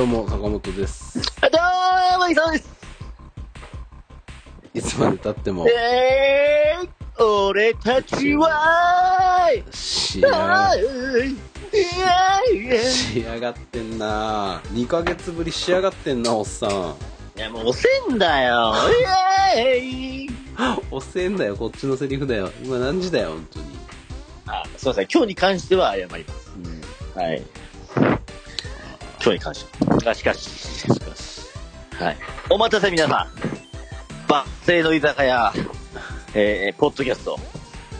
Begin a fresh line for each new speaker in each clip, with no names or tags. うも、坂本です。
あどうも、いさです。
いつまで経っても
えー、俺たちは、
仕上が
は
っ、
い、いやいや。
仕上がってんな2ヶ月ぶり仕上がってんな、おっさん。
いや、もう遅いんだよ。いやい
遅えんだよ、こっちのセリフだよ。今何時だよ、本当に。
あ、すいません。今日に関しては謝ります。
うん。
はい。今日に関しては。がしかし、
しかし。
はい。お待たせ皆さん。バッセの居酒屋、えー、ポッドキャスト。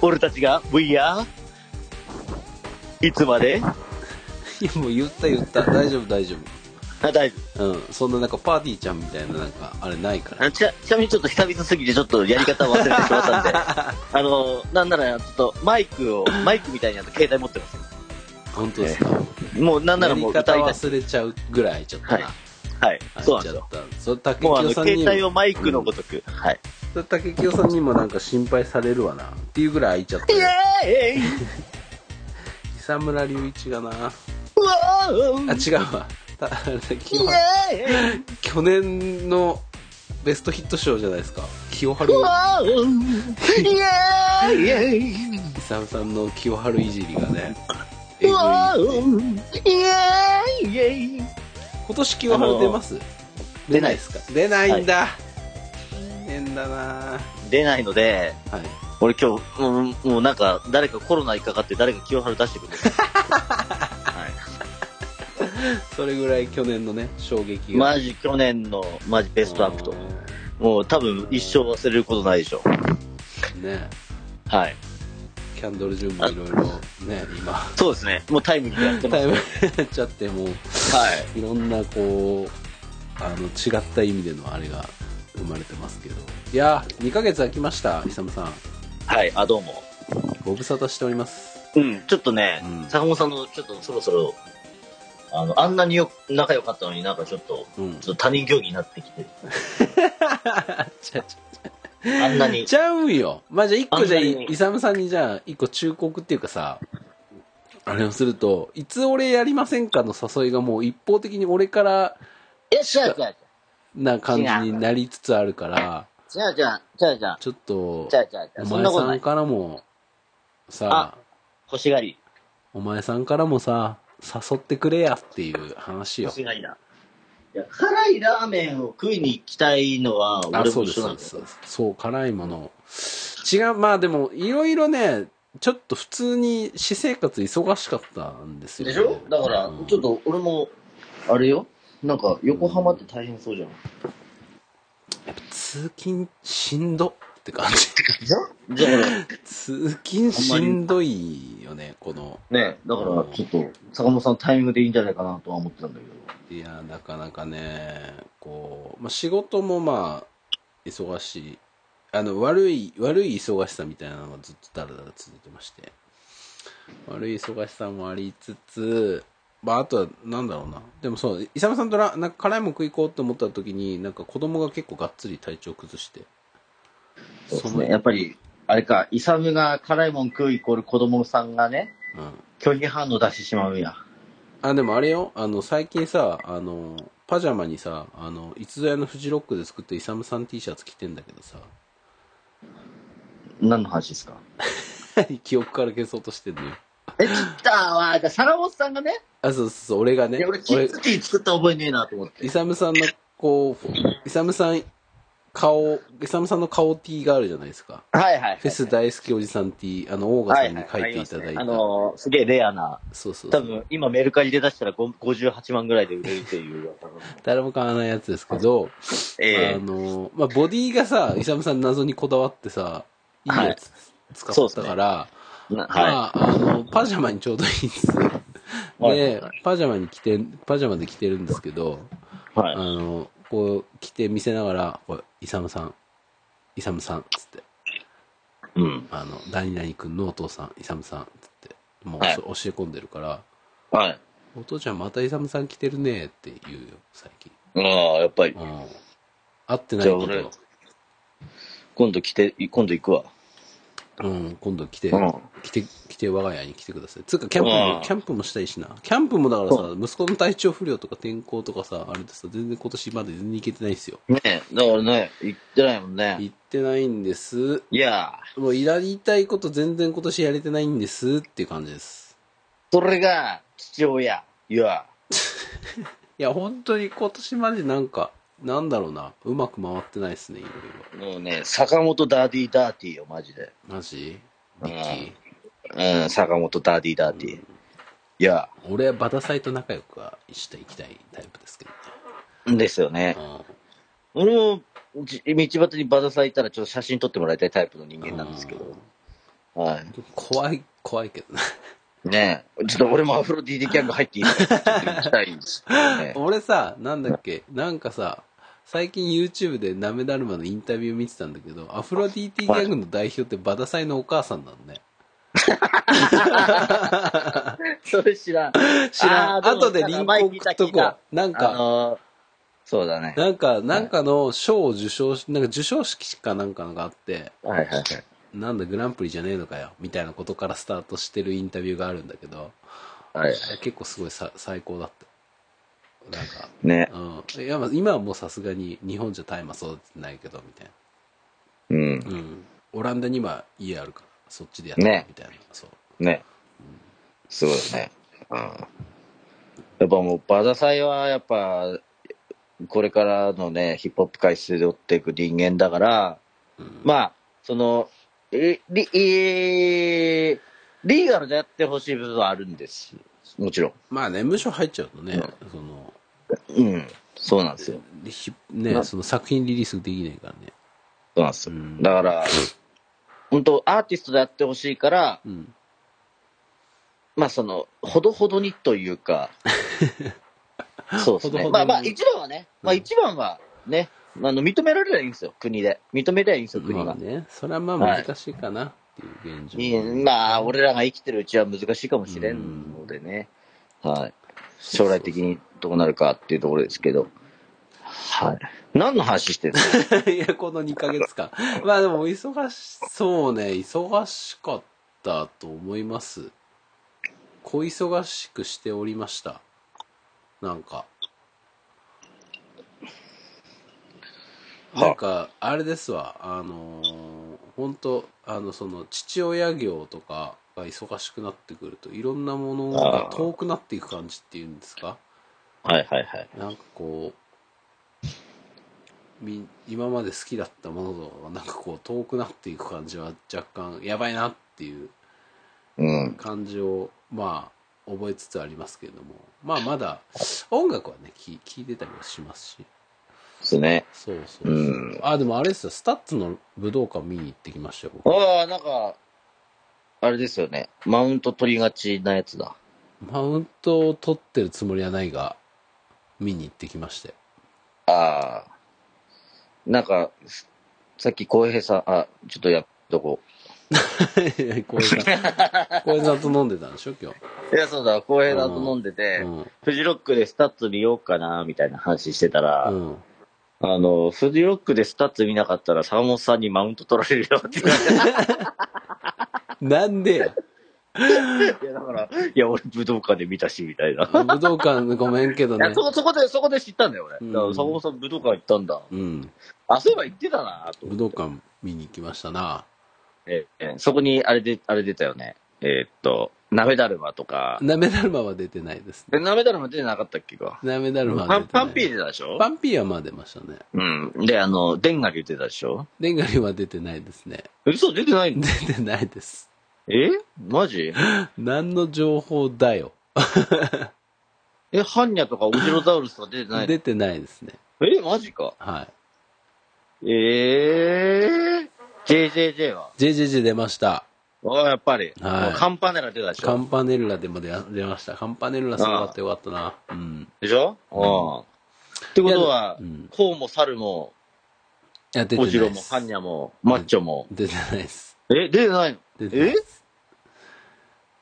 俺たちが VR? いつまで
いや、もう言った言 った。大丈夫、大丈
あ、大丈夫。
夫。うん。そんななんかパーティーちゃんみたいな、なんか、あれないから。
あちなちなみにちょっと久々すぎてちょっとやり方を忘れてしまったんで、あの、なんならちょっとマイクを、マイクみたいにあの携帯持ってます
本当ですか。
もうなんなら
や
もう
り
歌
方
いたい。はい。
忘れちゃうぐらい、ちょっとな。あ
そうなん
やっ
ですよ。
ちゃった。それ、竹
もうあ
清
の、
さん
携
にも
帯をマイクのごとく。はい。
それ竹清さんにもなんか心配されるわな。っていうぐらい空いちゃった
イ
よ。
エーイ
久村隆一がな。
うわ
あ、
ー
違うわ。たあれ清春
イエーイ
去年のベストヒット賞じゃないですか。清春
う、わーイエーイ
勇さんの清春いじりがね。えぐ
う
い
わ
って
ーイエーイイエーイ
今年清春出ます
出ない
すか出ないんだ。出ねんだな
出ないので、
はい。
俺今日、もう、もうなんか、誰かコロナにかかって誰か清春出してくれ。はい。
それぐらい去年のね、衝撃が。
マジ去年のマジベストアップと。もう多分一生忘れることないでしょう。
ね。
はい。
キャンドル順もいろいろね、今。
そうですね。もうタイムにやってま
タ
す。
イム やっちゃってもう
はい。
いろんなこうあの違った意味でのあれが生まれてますけどいやー2ヶ月空きましたイサムさん
はい。あ、どうも。
ご無沙汰しております
うん。ちょっとね、
うん
坂本さんのちょっとそろそろ、あの、あんなによ仲良かったのになんかちょっと、
うん
ちょっと他人行儀になって きて、
ちゃち
あんなに
ゃ。ちゃうよまあじゃあ1個じゃあ
あんまり
イサムさんにじゃあ1個忠告っていうかさあれをするといつ俺やりませんかの誘いがもう一方的に俺から
え、違う違う
な感じになりつつあるから
違う違う違う違う違う
ちょっと
違う違う違
お
う。そんな
前
こと
さ
なんい。
からもさあ
欲しがり。
お前さんからもさ、誘ってくれやっていう話よ
欲。しがりだ。いや、辛いラーメンを食いに行きたいのは、
あ、
俺
そ
も
うで
一
す、そ
緒な
うんで
ですす。。
そう、辛いもの。違う、まあでも、いろいろね、ちょっと普通に私生活忙しかったんですよ、
でしょだから、ちょっ
と。
と俺も、あれよなんか、横浜って大変そうじゃん。
通勤しんどって感じ。
じゃじゃあ俺、
通勤しんどいよね、この。
ね、だから、ちょっと、坂本さんのタイミングでいいんじゃないかなとは思ってたんだけど。
いや、なかなかね、こう、まあ、仕事もまあ、忙しい。あの、悪い、悪い忙しさみたいなのがずっとだらだら続いてまして。悪い忙しさもありつつ、まあ、あとは、なんだろうな。でもそう、イサムさんとら、なんか辛いもん食いこうって思った時に、なんか子供が結構がっつり体調崩して。
そうですね。やっぱり、あれか、イサムが辛いもん食うイコール子供さんがね、
そのうん。
拒否反応出してしまうんや。
あ、でもあれよ、あの、最近さ、あの、パジャマにさ、あの、いつぞやのフジロックで作ったイサムさん T シャツ着てんだけどさ、
何の話ですか
記憶から消そうとしてんのよ。
え、切ったわ。だから坂本さんがね、
あ、そうそうそう、俺がね
いや、俺、キ
俺
ッ、ズティー作った覚えねえなと思って
イ。サムさんの、こう、イサムさん、顔、イサムさんの顔 T があるじゃないですか。
はいはいはい。
フェス大好きおじさん T、あの、オーガさんに書いていただいた。
あのーすげえレアな、
そうそうそ
多
う。
分今メルカリで出したらご58万ぐらいで売れるっていう。
誰も買わないやつですけど、
ええ
あの、まあ、ボディがさ、イサムさん謎にこだわってさ、いいやつ使ったから、
なは
まあ、あの、パジャマにちょうどいいんですよ。
はい
で、パジャマに着て、パジャマで着てるんですけど、
い。はい
あ。の、こう、着て見せながら、これ、イサムさん、イサムさん、つって、
うん。
あの、何々くんのお父さん、イサムさん、つって、もう、
はい
そ教え込んでるから、
はい。
お父ちゃんまたイサムさん着てるねって言うよ、最近。
ああ、やっぱり
う。ん。会ってないけ
じゃ
ど
あ俺、今度来て、今度行くわ。
うん、今度来て、
うん
来て、来て、我が家に来てください。つうか、キャンプも、
うん
キャンプもしたいしな。キャンプもだからさ、息子の体調不良とか天候とかさ、あれでさ、全然今年まで全然行けてないんですよ。
ねえ、だからね、行ってないもんね。
行ってないんです。
いや
もう、やりたいこと全然今年やれてないんですっていう感じです。
ー、それが父親。いや
いや、本当に今年までなんか、なんだろうな、うまく回ってないですね、いろい
ー、もうね、坂本ダーディーダーティーよ、マジで。
ろ。マジ
うん
リッキ
うん、坂本ダーディーダーティー。いや
ー。俺はバタサイと仲良くはしていきたいタイプですけどね。
ー、ですよね。
うん
俺も、じ道端にバザさんいたらちょっと写真撮ってもらいたいタイプの人間なんですけど。は
怖い、怖いけどな。。
い。ねえ、ちょっと俺もアフロディーデキャング入っていいです かちょっと行きたいんですけどね
俺さ、なんだっけ、なんかさ、最近 YouTube でナメダルマのインタビュー見てたんだけど、アフロディーティギャングの代表ってバダサイのお母さんなのね。
それ知らん。
知ら
あー
ん。
でも
後でリンク送っと
聞いた聞い
こ
た
う。なん
あ
か、
のーそうだね。
なんか、なんかの賞を受賞し、なんか受賞式かなんかがあって、
はいはいはい。
なんだグランプリじゃねえのかよ、みたいなことからスタートしてるインタビューがあるんだけど、
はい。
結構すごいさ最高だった。なんか、
ね。
うん。いや、まあ今はもうさすがに日本じゃ大麻育ててないけど、みたいな。
うん。
うん、オランダに今家あるからそっちでやってる
ね
みたいな、そう
ね。すごいね。うん。やっぱもう、バザサイは、やっぱ、これからのね、ヒップホップ界背負っていく人間だから、まあ、その、えリ、えーリーガルでやってほしい部分はあるんです。もちろん。
まあね無償入っちゃうとね、その
うん。そうなんですよ。
ひね、
まあ
その作品リリースできないからね
そうなんですよ。
うん
だから、本当アーティストでやってほしいから、
うん
まあその、ほどほどにという か、そうで
ほどほど
すね。
に
まあまあ一番はね、まあ
うん
一番はね、あの認められればいいんですよ、国で。認めればいいんですよ、国
まあ
が。
ねそれはまあ難しいかなっていう現状、
いいまあ、俺らが生きてるうちは難しいかもしれんのでね、はい。将来的にどうなるかっていうところですけど、はい。何の話してる の
いやこの2ヶ月間まあでも忙しそうね忙しかったと思います小忙しくしておりましたなんか
は
なんかあれですわあのー本当あのその父親業とかが忙しくなってくるといろんなものが遠くなっていく感じっていうんですか
はいはいはい。
なんかこうみ今まで好きだったものとはなんかこう遠くなっていく感じは若干やばいなっていう
うん。
感じをまあ覚えつつありますけれどもまあまだ音楽はね聴いてたりはしますし
ですね。
そうそうそう、
うん
あでもあれですよスタッツの武道館見に行ってきましたよ僕
ああ、なんか、あれですよね。マウント取りがちなやつだ。
マウントを取ってるつもりはないが見に行ってきまして
ああ。なんか、すさっき浩平さん、あ、ちょっとやっとこ
小江さん小江さんと飲んでたんでしょ今日、
う。いや、そうだ、浩平さんと飲んでて、
うん
フジロックでスタッツ見ようかな、みたいな話してたら、
うん
あの、フジロックでスタッツ見なかったら、坂本さんにマウント取られるよ って言われ
なんでよ
ていや、だから、いや、俺武道館で見たし、みたいな。
武道館ごめんけど
いや
ね
そ。こそこで、そこで知ったんだよ、俺。
うん
だから坂本さん武道館行ったんだ。
うん。
あ、そういえば行ってたな、と思って
武道館見に行きましたな。
えーえーそこにあれで、あれ出たよね。えーっと、鍋だるまとか。
なめだるまは出てないですね。
え鍋だるま出てなかったっけか。
なめだるま
パ
は出
ン
てな
パ
い。
ンピー出たでしょ
パンピーはまあ出ましたね。
うん。で、あの、でんがり出てたでしょ
レンガリは出てないですね。
嘘出てないんだ。
出てないです。
えマジ
何の情報だよ。
え、ハンニャとかオジロザウルスとか出てないの
出てないですね。
え、マジか。
は。
えー、JJJ はい
JJJ 出ました。
あやっぱり。
はい
もうカンパネラ出たでし
カ
ょ
ンパネルラでも出出ました。カンパネルラすごかったよかったな。うん。
でしょうん。ってことは
う、ん。
コウもサルも、
いや、出て
オ
ない
ジロ
で
も、
す
ハ。ンニャも、マッチョも。
出てないです。
え、出てないの
出てない
え
です。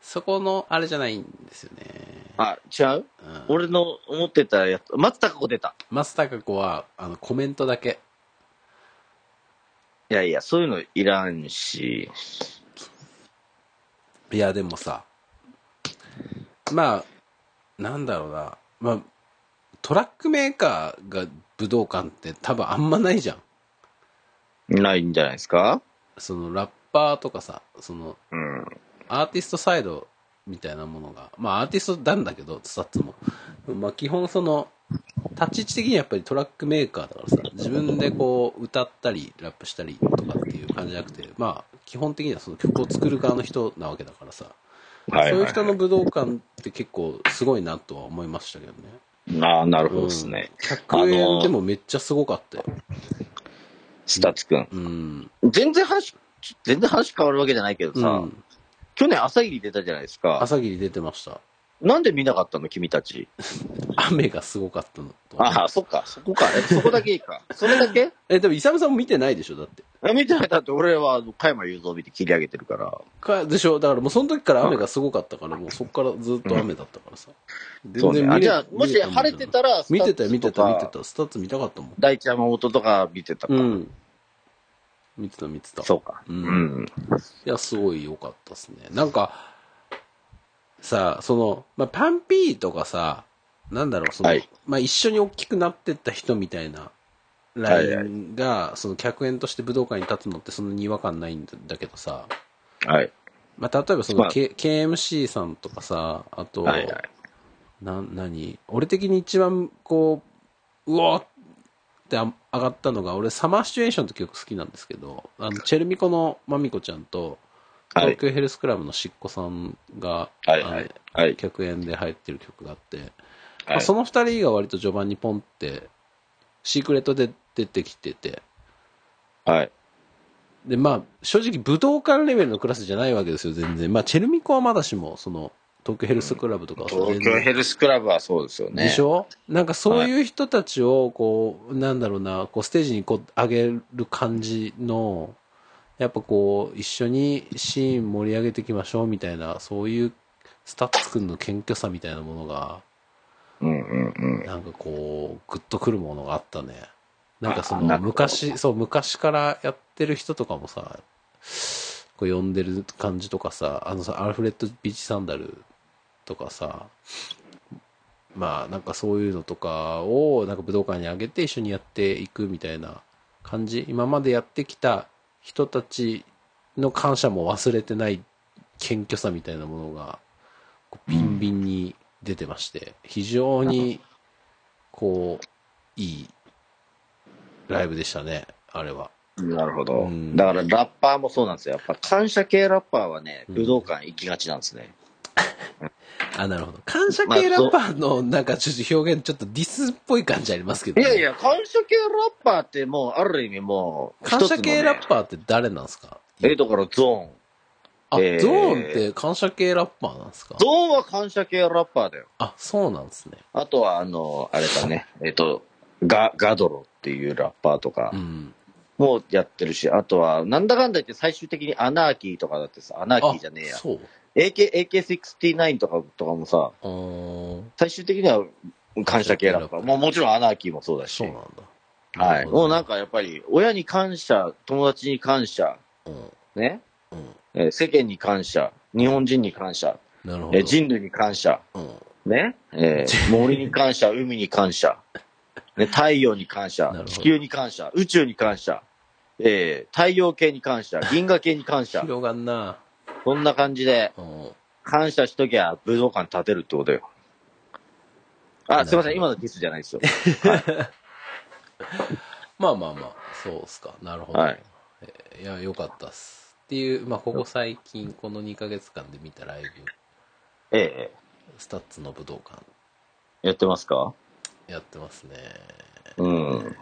そこの、あれじゃないんですよね。
あ、違う
うん
俺の思ってたやつ、松たか子出た。
松たか子はあのコメントだけ
いやいや、そういうのいらんし、
いや、でもさ、まあ、なんだろうな、まあ、トラックメーカーが武道館って多分あんまないじゃん。
ないんじゃないですか
そのラッパーとかさ、その
うん。
アーティストサイドみたいなものが、まあアーティストなんだけど、スタッツも。まあ基本その、立ち位置的にはやっぱりトラックメーカーだからさ、自分でこう歌ったり、ラップしたりとかっていう感じじゃなくて、まあ基本的にはその曲を作る側の人なわけだからさ、
はいはいはい
そういう人の武道館って結構すごいなとは思いましたけどね。
ああ、なるほどですね。
100円でもめっちゃすごかったよ。
スタツくん。
うん。
全然話、全然話変わるわけじゃないけどさ、
うん。
去年朝霧出たじゃないですか。
朝霧出てました。
なんで見なかったの君たち。
雨がすごかったのと。
ああ、そっか、そこか。えそこだけい いか。それだけ
え、でも、イサムさんも見てないでしょだって。
え見てない。だって俺は、あの加山雄三見て切り上げてるから。
かでしょだからもうその時から雨がすごかったから、もうそこからずっと雨だったからさ。
そうね。あじゃあ、もし
見れ
晴れてたら、
見れたもんじゃない見てたよ、見てた、見
た。
てた。スタッツ見たかったもん。
大地山本とか見てたから。
うん。見てた、見てた。
そうか。
うん
うん。
いや、すごい良かったっすね。なんか、さあ、その、まあ、パンピーとかさ、なんだろう、その、
はい
まあ、一緒に大きくなってった人みたいな、ラインが、その客演として武道館に立つのってそんなに違和感ないんだけどさ、
はい。
まあ、例えばそ
ま
の、
あ
K KMC さんとかさ、あと、
はいはい。
な、何俺的に一番こう、うおーってあ上がったのが、俺サマーシチュエーションって曲好きなんですけど、あの、チェルミコのまみこちゃんと、
は
東
い。
京ヘルスクラブのしっこさんが、
はいはい。は
あ
い。
客演で入ってる曲があって、ま
は
あ
い。
その二人が割と序盤にポンって、シークレットで出てきてて、
はい。
で、まあ、正直武道館レベルのクラスじゃないわけですよ、全然。まあ、チェルミコはまだしも、その、東京ヘルスクラブとかは
東
全
京
然
ヘルスクラブはそうですよね。
でしょなんかそういう人たちを、こう、なんだろうな、こう、ステージにこう、上げる感じの、やっぱこう、一緒にシーン盛り上げていきましょうみたいな、そういうスタッツ君の謙虚さみたいなものが、
うんうんうん。
なんかこう、グッとくるものがあったね。なんかそ
あな
の、
るほど
昔、そう、昔からやってる人とかもさ、こう、呼んでる感じとかさ、あのさ、アルフレッド・ビーチ・サンダルとかさ、まあ、なんかそういうのとかを、なんか武道館に上げて一緒にやっていくみたいな感じ。今までやってきた人たちの感謝も忘れてない謙虚さみたいなものが、こうビンビンに出てまして、非常に、こう、いいライブでしたね、あれは。
なるほ
う
ど
ん。
だからラッパーもそうなんですよ。やっぱ感謝系ラッパーはね、
うん
武道館行きがちなんですね。
あ、なるほど。感謝系ラッパーの、なんかちょっと表現、ちょっとディスっぽい感じありますけど、
い
ね。
やいや、感謝系ラッパーってもう、ある意味もう、
感謝系ラッ
ー
パーって誰なんですか
え、だからゾ
あ、
えー
ゾーンって感謝系ラッパーなんですか
ーン。ゾーンは感謝系ラッパーだよ。
あ、そうなんですね。
あとは、あの、あれだね、えっと、ガ、ガドロっていうラッパーとか
うん。
もやってるし、あとは、なんだかんだ言って最終的にアナーキーとかだってさ、アナーキーじゃねえや。
そう。
AK、AK69 とか、とかもさ、
あー
最終的には感謝系ラッパー。もうもちろんアナーキーもそうだし
そう。なんだ。
はい。もうなん
か、
かやっぱり、親に感謝、友達に感謝、
うん。
ね、
うん。
えー世間に感謝、日本人に感謝、
なるほど。
えー人類に感謝、
うん。
ね、えー森に感謝、海に感謝、ね、太陽に感
なる
謝
ほ、ど
地球に感謝、宇宙に感謝、えー太陽系に感謝、銀河系に 感謝、
広がんな。
そんな感じで
うん。
感謝しときゃ武道館立てるってことよ。あ、すいません、今のディスじゃないですよ。
まあまあまあ、そうっすか。なるほど。
はい
えーいや、よかったっす。っていう、まあ、ここ最近、この2ヶ月間で見たライブ、
え
スタッツの武道館、
えやってますか
やってますね。
うん。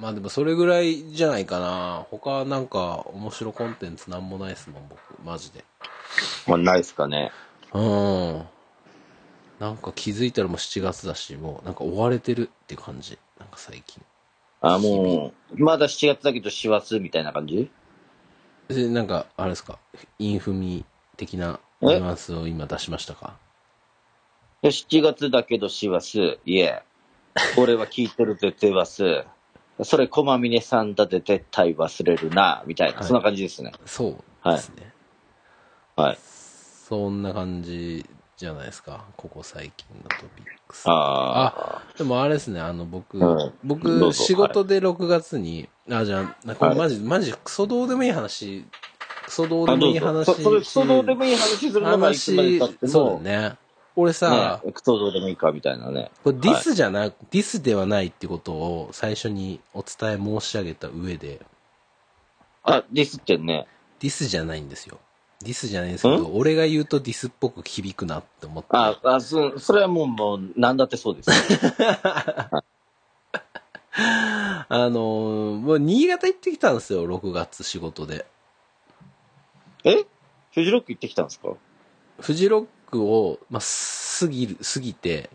まあでも、それぐらいじゃないかな。他なんか、面白コンテンツなんもないっすもん、僕。マジで。
まあ、ないですかね。
うん。なんか気づいたらもう7月だし、もうなんか追われてるって感じ。なんか最近。
あ、もう、まだ7月だけど師走みたいな感じ
で、なんか、あれですか、インフミ的なニュアンスを今出しましたか
いや7月だけど師走、いえ。俺は聞いてるぜ、出ます。それ、駒峰さんだって絶対忘れるな、みたいな、
はい
そんな感じですね。
そうですね。
はい。
そんな感じじゃないですか。ここ最近のトピックス。
あ
でもあれですね、あの、僕、
うんどう
僕、
ぞ
仕事で6月に、あ、じゃあ、なんか
はい
マジ、マジ、クソどうでもいい話、クソどうで
あ。あ、
も
ど
いいう
ぞ。
話。
そそれ、クソどうでもいい話するのがいつまでたって
話、
も、
そうだね。俺さ、
ね、クソどうでもいいかみたいなね。
これディスじゃな、ディスではないってことを最初にお伝え申し上げた上で、
あ、ディスってんね。
ディスじゃないんですよ。ディスじゃないんですけど、俺が言うとディスっぽく響くなって思って。
あ、あそそれはもう、もう、なんだってそうです。
あのーもう新潟行ってきたんですよ、6月仕事で。
えフジロック行ってきたんですか
フジロックを、まあ、過ぎる、過ぎて、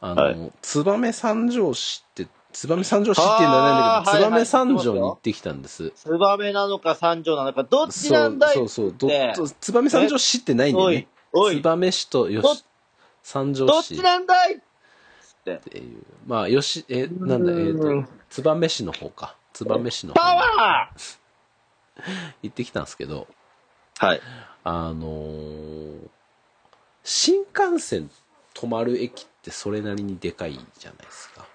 あの、
は
燕三条市って、燕三条市っていうんじゃないんだけ
あー
ど、
はいはい
燕三条に行ってきたんです。
ツバメなのか三条なのか、どっちな
そ
ん
う
だい
そうそう、ど
ね、
ど燕三条市ってないんだよ
お
ね
い。、おい、ど
燕市とよ
ど
し三条
っ
市
ち
っ
なんだい
ていう。まあ、よし、え、なんだ、えっ、
うん
ー、と、燕市の方か。燕市の
パ
方に
ワ
行ってきたんですけど、
ーはい。
あのー新幹線止まる駅ってそれなりにでかいじゃないですか。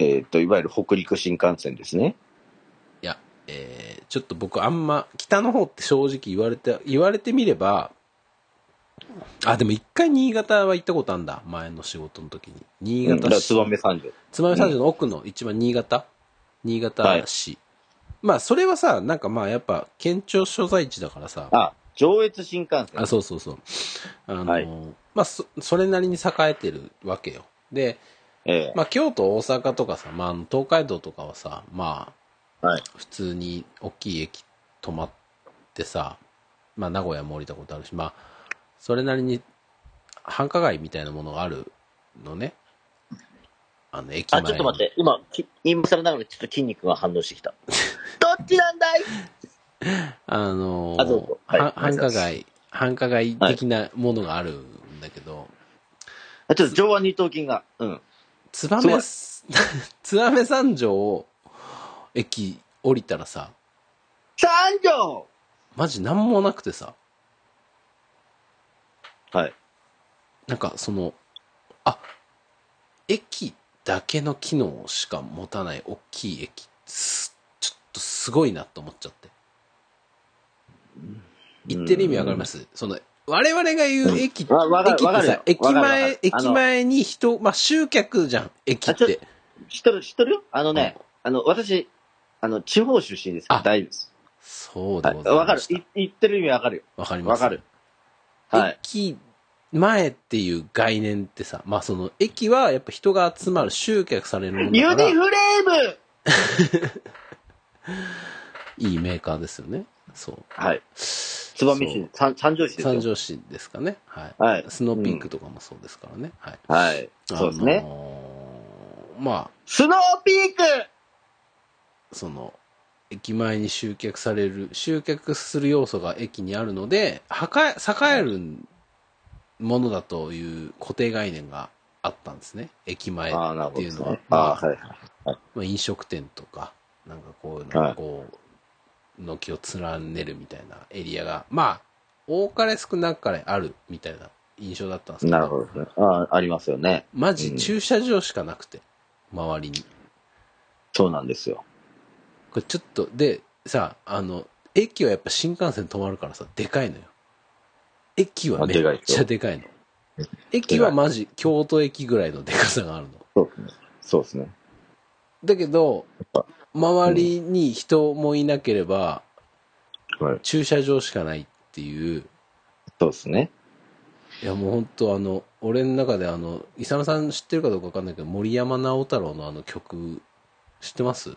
えっ、と、いわゆる北陸新幹線ですね。
いや、えーちょっと僕あんま、北の方って正直言われて、言われてみれば、あ、でも一回新潟は行ったことあんだ。前の仕事の時に。新
うんだ
潟
から
市。
燕三条。
燕三条の奥の一番新潟新潟市。まあ、それはさ、なんかまあ、やっぱ、県庁所在地だからさ、
あ、上越新幹線。
あ、そうそうそう。あの、
はい
まあそ、それなりに栄えてるわけよ。で、
ええ
まあ、京都、大阪とかさ、まああの、東海道とかはさ、まあ、
はい
普通に大きい駅止まってさ、まあ、名古屋も降りたことあるし、まあ、それなりに繁華街みたいなものがあるのね。あの、駅前
あ、
に
ちょっと待って、今、き今更ながらちょっと筋肉が反応して きた。どっちなんだい
あのー
あどうぞはい
は繁華
お願
街、繁華街的なものがあるんだけど、
あちょっと上腕二頭筋が。うん。
ツバメ、 ツバメ三条駅降りたらさ、
三条
マジなんもなくてさ、
はい。
なんかその、あ、駅だけの機能しか持たない大きい駅、すちょっとすごいなと思っちゃって。言ってる意味わかりますその、我々が言う駅、
わわかる
駅って
わかる
さ
よ、
駅
わかるわかる
前、
あ
駅
の
前に人、まあ、集客じゃん、駅っ
あちょ
て。
知っとる、知っとるあのね、あの、私、あの、地方出身ですから
あ
大丈夫です。
そうで
はい
ござい
わか
ま
る
す。。
い言ってる意味わかるよ。
わかります。
わかる。はい。
駅前っていう概念ってさ、まあその駅はやっぱ人が集まる、集客されるもの
ユ
だ
ニ
から、
フレーム
いいメーカーですよね。そう。
はい。燕市、三三条市です
三
よ。
条市ですかね。はい。
はい
スノーピークとかもそうですからね。はい。
はい。そうです
あ
ね。
のーまあ、
スノーピーク
その、駅前に集客される、集客する要素が駅にあるので、はか栄えるものだという固定概念があったんですね。駅前
ああ、
っ
なるほ
て
ど
い
で
う
す
のは。
ね。
まあ
ああー、はい。
まあ、飲食店とか、なんかこういうの
は
が
い
こう、軒を連ねるみたいなエリアが、まあ、多かれ少なかれあるみたいな印象だったんですけど、
なるほどですね。ああ、ありますよね。
マ
う
ジ
ん
駐車場しかなくて、周りに。
そうなんですよ。
これちょっと、で、さ、あの、駅はやっぱ新幹線止まるからさ、でかいのよ。駅はめ
あでかい
っ
で
ち
す
ゃ
よ
でかいの。駅はマジ京都駅ぐらいのでかさがあるの。
そうですね。そうですね。
だけど
ぱ、
周りに人もいなければ、
はい。
駐車場しかないっていう、
そうですね。
いやもう本当あの、俺の中であの、イサムさん知ってるかどうかわかんないけど、森山直太朗のあの曲、知ってます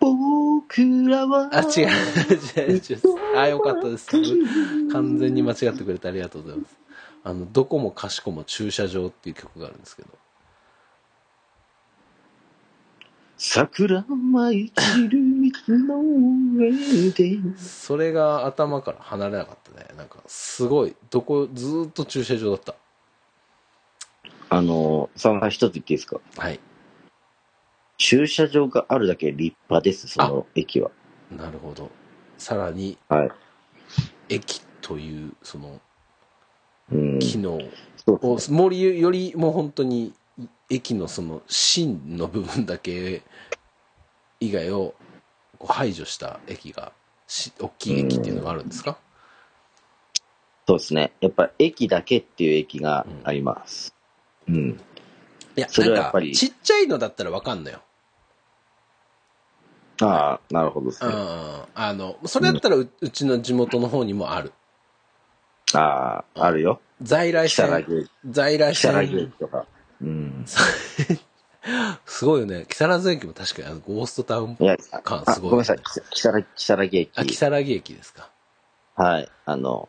僕らは
あ、違う、違う、違う。あ、よかったです。完全に間違ってくれてありがとうございます。あの、どこもかしこも駐車場っていう曲があるんですけど。
桜舞い散る道の上で。
それが頭から離れなかったね。なんか、すごい、どこ、ずーっと駐車場だった。
あの、さん一つ言っていいですか
はい。
駐車場があるだけ立派です、その駅は。
なるほど。さらに
はい。
駅というその
うん。
機能
そう
を、もりよりもう本当に駅のその芯の部分だけ以外をこう排除した駅がし大きい駅っていうのがあるんですか、
そうですね。やっぱ駅だけっていう駅があります。うん。
いや
それは
な
や
んか
っぱり
ちっちゃいのだったらわかんのよ
ああ、なるほどです
うん
ね。
あのそれだったらう,、うちの地元の方にもある
ああ、あるよ。
在来
木更
線
木駅、
在来
木更木駅
線
とか。うん。
すごいよね木更津駅も確かにあのゴーストタウン
いや、
感
あ
すごい
ごめんなさい。木更木木更木
あ木
駅。
更木駅ですか
はい。あの、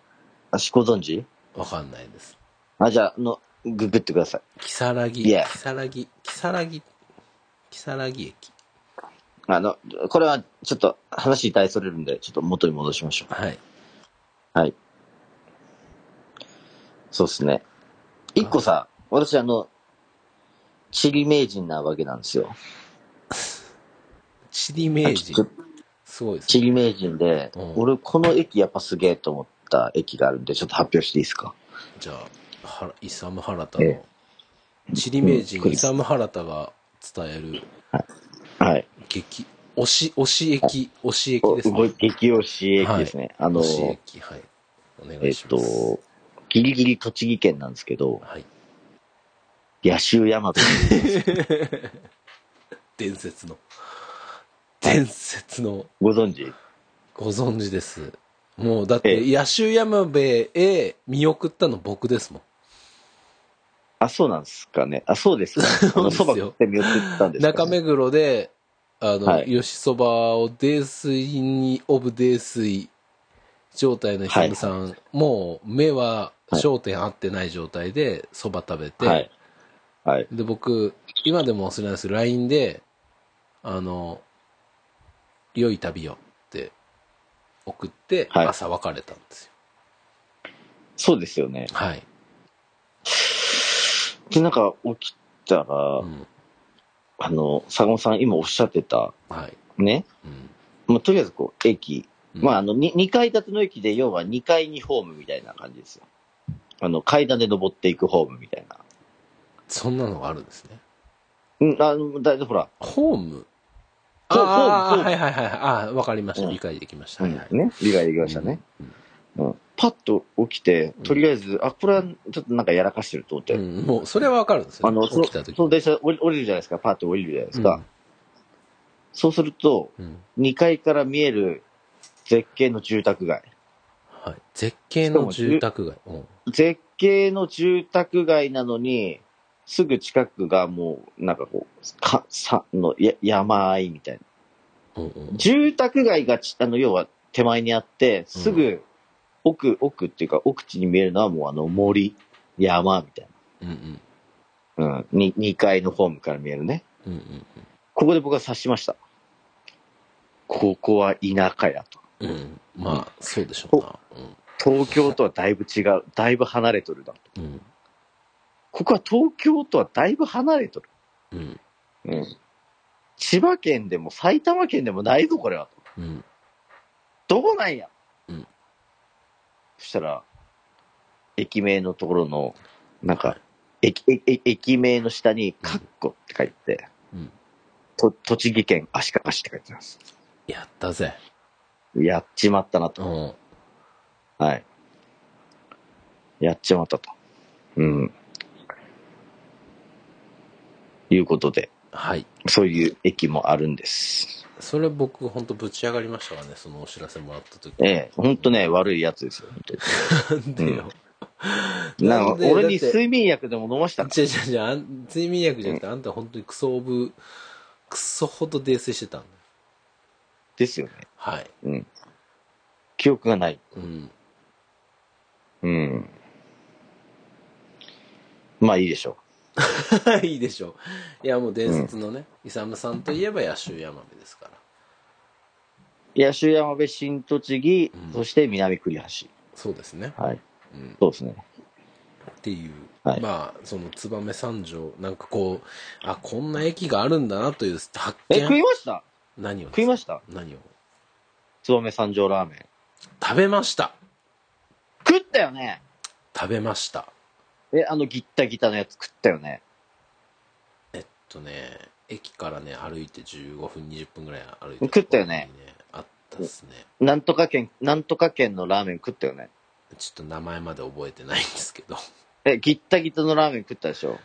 あ、しこ存じ
わかんないです
あ、じゃあ、の、ググってください。
木更木、
いや
木更木、木更木、木更木駅。
あの、これはちょっと話大それるんで、ちょっと元に戻しましょ
はい。
う。はい。そうですね。一個さ、私あの、地理名人なわけなんですよ。
地理名人
ちょ。
すごいです
地
ね。
理名人で、
うん
俺この駅やっぱすげえと思った駅があるんで、ちょっと発表していいですか
じゃあ、はイサム・ハラタの
え、
地理名人、
うん
イサム・ハラタが伝える
はい。
激、推し、推し駅、推し駅
お
ですね。
激推し駅ですね。あの
推、し駅、はい。お願
え
い
っ
しま
と
す。、
ギリギリ栃木県なんですけど、
はい。
野州山部。
伝説の、伝説の、
ご存知
ご存知です。もう、だって、
え
野州山部へ見送ったの僕ですもん。
あ、そうなんですかね。あ、そ うです。
う
あ
で
の
すよ
そば食って見送ったんですか
中
ね
目黒で、あの、
はい
吉そばを泥酔に、オブ泥酔状態のひむさん、もう目は焦点合ってない状態でそば食べて、
はい。はい。
で、僕、今でも忘れないですけど、LINE で、あの、良い旅よって送って、
はい
朝別れたんですよ。
そうですよね。
はい。
で、なんか起きたら、
うん。
あの、坂本さん今おっしゃってた、
はい。
ね。
うん。
まあ、とりあえずこう、駅。
うん
まあ、あの、に2階建ての駅で、要は2階にホームみたいな感じですよ。あの、階段で登っていくホームみたいな。
そんなのがあるんですね。
うん、あの、だいたいほら、
ホーム
そう
あ
ホーム
あ、はいはいはい。ああ、わかりました。
うん
理解できました。はいはい。
ね、理解できましたね。うんパッと起きて、とりあえず、あ、これはちょっとなんかやらかしてると思って、
うん、もう、それはわかるんですよ。
あの、そ
起
の
きた時
その電車降り降りるじゃないですか、パッと降りるじゃないですか。そうすると、
うんうん
2階から見える絶景の住宅街。
はい。絶景の住宅街。うん
絶景の住宅街なのに、すぐ近くがもう、なんかこう、か、さ、の、や、山あいみたいな。
うんうん
住宅街がち、あの、要は手前にあって、すぐ奥、奥っていうか、奥地に見えるのはもうあの森、山みたい
うんうん
な。うん。に、2階のホームから見えるね。
うんうん
ここで僕は察しました。ここは田舎やと。
うんうんまあ、そうでしょうな。
東京とはだいぶ違う。だいぶ離れとるな。
うん。うん
ここは東京とはだいぶ離れとる。
うん。
うん。千葉県でも埼玉県でもないぞ、これは。
うん。
どこなんや
うん
そしたら、駅名のところの、なんか、駅、駅駅名の下に、カッコって書いて、
うん
と、栃木県足利市って書いてます。
やったぜ。
やっちまったな
う
と。
ん。
はい。やっちまったと。うん。いうことで、
はい。
そういう駅もあるんです。
それ僕、本当ぶち上がりましたからね、そのお知らせもらった時。
ええ、ほんとね、悪いや つですよ。本当に
なんでよ。
なんか、俺に
だって
睡眠薬でも飲ましたか
違う違う違うあん、睡眠薬じゃなくて、あんた本当にクソオブ、クソほど泥酔してたんだよ。
ですよね。
はい。
うん。記憶がない。
うん。
うん。まあいいでしょ
いいでしょう。いや、もう伝説のね、イサムさんといえば野州山部ですから。
う。野州山部、新栃木、
うん
そして南栗橋。
そうですね。
はい。
うん、
そうですね。
っていう、
はい
まあ、その燕三条、なんかこう、あ、こんな駅があるんだなという発
え、食い
見。
ました
何を
食いました
何を
ちつばめ三条ラーメン。
食べました。
食ったよね
食べました。
え、あのギッタギタのやつ食ったよね
えっとね、駅からね、歩いて15分、20分ぐらい歩いて。
食ったよね。
あったっすね。
なんとか県、なんとか県のラーメン食ったよね
ちょっと名前まで覚えてないんですけど。
え、ギッタギタのラーメン食ったでしょ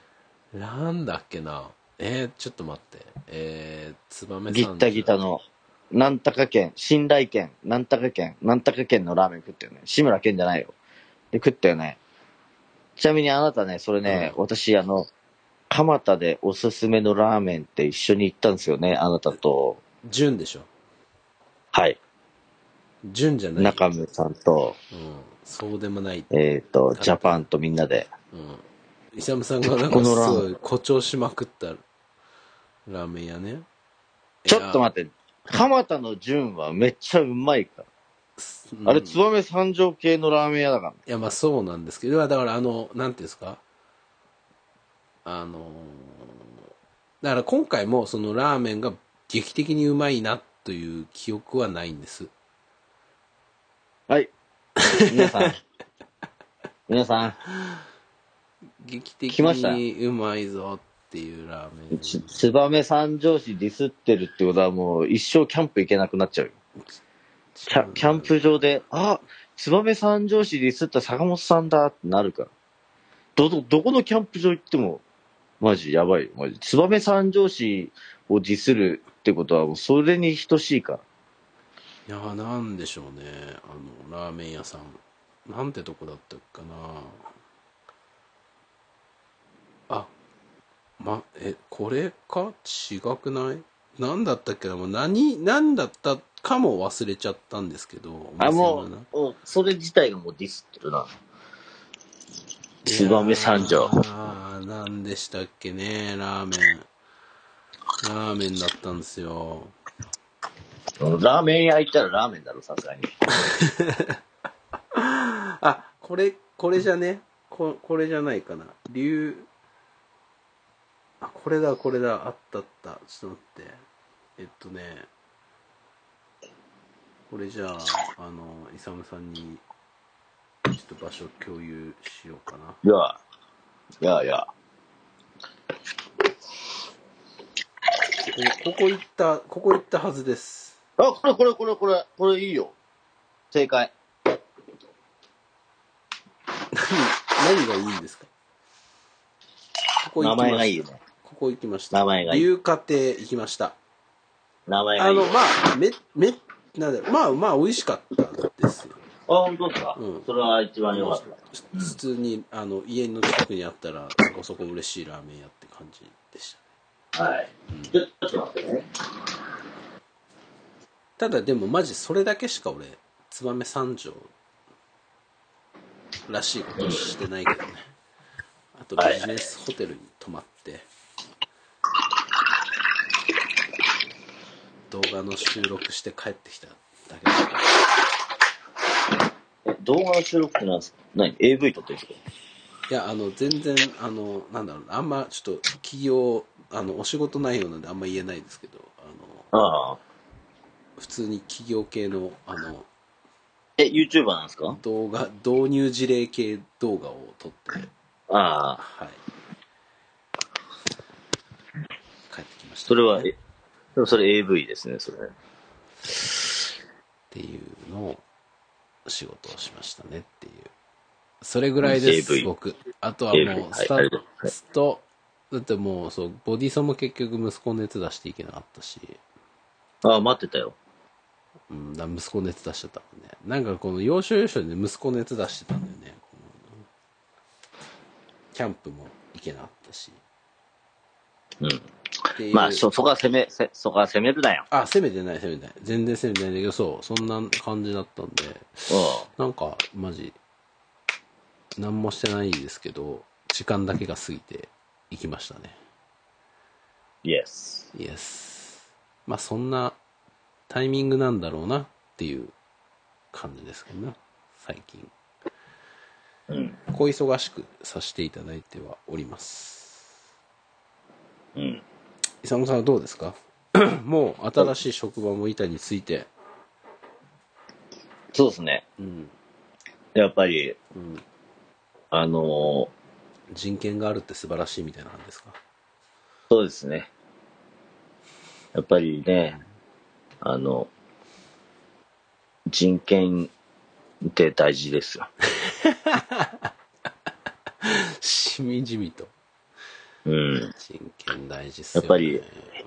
なんだっけな。えー、ちょっと待って。えー、つばめ
ギッタギタ。の、なんとか県、信頼県、なんとか県、なんとか県のラーメン食ったよね。志村県じゃないよ。で、食ったよね。ちなみにあなたね、それね、
う
私、あの、蒲田でおすすめのラーメンって一緒に行ったんですよね、あなたと、
純でしょ。
はい、
純じゃない。
中村さんと、
うん。そうでもない。
えっ、と、ジャパンとみんなで。
うん。イサムさんがなんか
こ
す
のラーメン
ごい誇張しまくったラーメン屋ね。
ちょっと
っ
待って、蒲田の順はめっちゃうまいから。
て。うん
あれ、つばめ三条系のラーメン屋だからね。
いや、まあそうなんですけど、だからあの、なんていうんですか、あのー、だから今回もそのラーメンが劇的にうまいなという記憶はないんです。
はい。皆さん。 皆さん。
劇
聞
的
きました
にうまいぞっていうラーメン。
つつばめ三条市ディスってるってことはもう一生キャンプ行けなくなっちゃうよ。キャキャンプ場で、あ、つばめ三条市ディスった坂本さんだってなるから。ど、ど、どこのキャンプ場行っても、マジやばいよ、マジ。つばめ三条市をディスるってことはもうそれに等しいから。
いや、なんでしょうね。あの、ラーメン屋さん。なんてとこだったっけかな。あ、ま、え、これか違くないなんだったっけなもう何、何だったかも忘れちゃったんですけど。
あ、も
お店のな
う、うんそれ自体がもうディスってるな。燕三条
ああ、なんでしたっけね、ラーメン。ラーメンだったんですよ。
ラーメン屋行ったらラーメンだろ、さすがに。
あ、これ、これじゃねこ、これじゃないかな。竜、あ、これだ、これだ。あったあった。ちょっと待って。えっとね、これじゃあ、あの、イサムさんに、ちょっと場所共有しようかな。
いや、いやいや。
こここ行った、ここ行ったはずです。
あ、これこれこれこれ、これいいよ。正解。
何、何がいいんですかここ行き
名
ました。
前がいいよね。
ここ行きました。
名前がいい
竜家亭行きました。
名前がい
あ
い。あ
の、まあ、め、め、なんだろうまあまあ、美味しかったですよ。
本当ですか、
うん
それは一番良かっ
普通に、あの、家の近くにあったら、そこそこ嬉しいラーメン屋って感じでした。
た。はい。ちょっと待ってね。
ただでも、マジそれだけしか俺、燕三条らしいことしてないけどね。あと、ビジネスホテルに泊まって、動画の収録して帰ってきただけだから
え動画の収録って何ですか何 ?AV 撮ってるんですか
いや、あの、全然、あの、なんだろうな、あんま、ちょっと、企業、あの、お仕事内容なんであんま言えないですけど、あの、
ああ。
普通に企業系の、あの、
え、YouTuber なんですか
動画、導入事例系動画を撮って、
ああ。
はい。帰ってきました、
それは、え、でもそれ AV ですね、それ。
っていうのを、仕事をしましたねっていう。それぐらいです、
AV
僕。あとは
AV
も
は
う、
い
スタ
あ
ッ
りがとうございます
ツと、だってもう、そう、ボディソンも結局息子の熱出していけなかったし、
ああ、待ってたよ。
うん、だから息子熱出しちゃったもんね。なんかこの要所要所で息子熱出してたんだよね。このキャンプも行けなかったし。
うん。
っていう
まあ、そ、そこは攻め、せそこは攻めるなよ。
あ、攻めてない、攻めてない。全然攻めてないんだけど、そう、そんな感じだったんで、
う
なんか、マジ、何もしてないですけど、時間だけが過ぎて行きましたね。
ん。イエス。
イエス。まあ、そんなタイミングなんだろうなっていう感じですけどね、最近。
うん。
小忙しくさせていただいてはおります。
うん。
イサムさんはどうですかもう新しい職場も板について、
そうですね。
うん。
やっぱり、
うん。
あのー
人権があるって素晴らしいみたいな話ですか。
そうですね。やっぱりね、あの、人権って大事ですよ。
しみじみと。
うん。
人権大事っすよ、
やっ
ね。
ぱり、
うん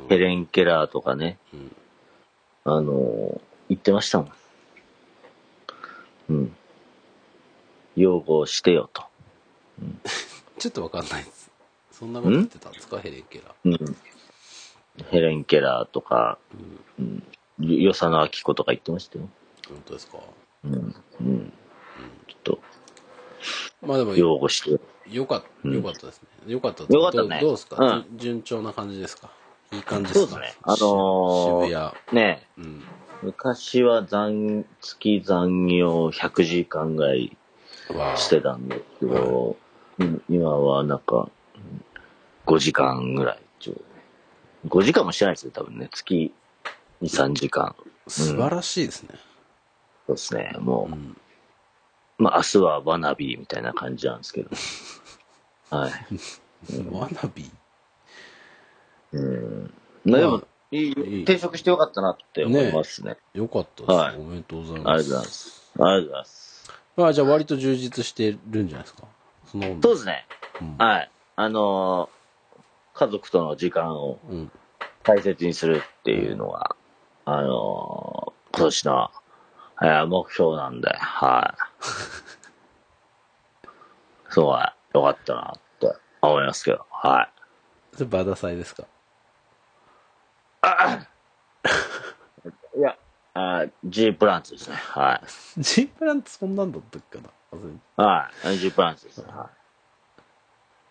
ヘレン・ケラーとかね、
うん
あの、言ってましたもん。うん。擁護してよと。
ちょっとわかんないです。そんなこと言ってたんですか、ヘレンケラ。
うん。ヘレン・ケラーとか、
うん。
よ与謝野明子とか言ってましたよ。
本当ですか。
うん。うん。ちょっ
まあでも
と、、擁護してよ。
よかった、
うん
よかったですね。よかったと
よかったね
どうどうですか、
う
じゅ順調な感じですかいい感じですか
そうですねあのー
し渋谷。
ねえ。
うん。
昔は残、月残業100時間ぐらい
わあ
してたんですけど、うん今はなんか、うん5時間ぐらいちょうど。5時間もしてないですよ、多分ね。月2、3時間。
素晴らしいですね。
そうですね。も
う
う、
ん。
まあ明日はワナビーみたいな感じなんで すけど。はい。
ワナビ
うん。まあで
ま
も
あ、
いい
いい
転職してよかったなって思いますね。
よかったです、
はい
おめでとうござい
あ
ま
りがとう
す。
ございます。ありがとうございます。
まあじゃあ割と充実してるんじゃないですかその
そうですね。
うん
はい。あのー家族との時間を
うん。
大切にするっていうのが、あのー今年の、えー目標なんで、はい。そうは、よかったなって思いますけど、はい。
それバダサイですか
いや、あー G プランツですね、はい。
ジープランってそんなんだったっけな忘れたっ
はい、G プランツですね、は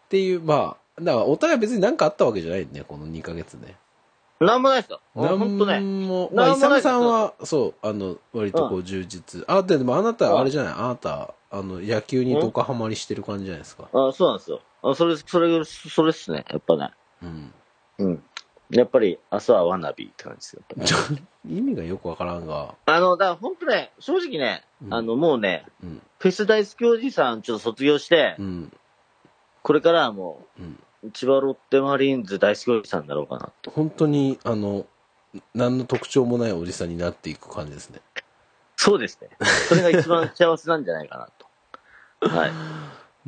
ていう、まあ、だからお互い別に何かあったわけじゃないね、この2ヶ月ね。
い。なんもないですよ。俺
なん
ほんとね。
も、まあ、
な
イ
んも
サ
な
ム
いです
さんは、そう、あの、割とこう充実。あ、ででもあなた、
うん
あれじゃない、あなた、あの、野球にドカハマりしてる感じじゃないですか。
あそうなんですよ。あそれ、それ、それっすね、やっぱね。
うん。
うん。やっぱり、明日はワナビーって感じですよ。やっぱね
ちょ意味がよくわからんが、
あの、だから本当ね、正直ね、
うん
あの、もうね、
うん、
フェス大好きおじさんちょっと卒業して
う、ん、
これからはも
うん。
う、千葉ロッテマリーンズ大好きおじさんになろうかなと。
本当に、あの、何の特徴もないおじさんになっていく感じですね。
そうですね。それが一番幸せなんじゃないか なと。はい。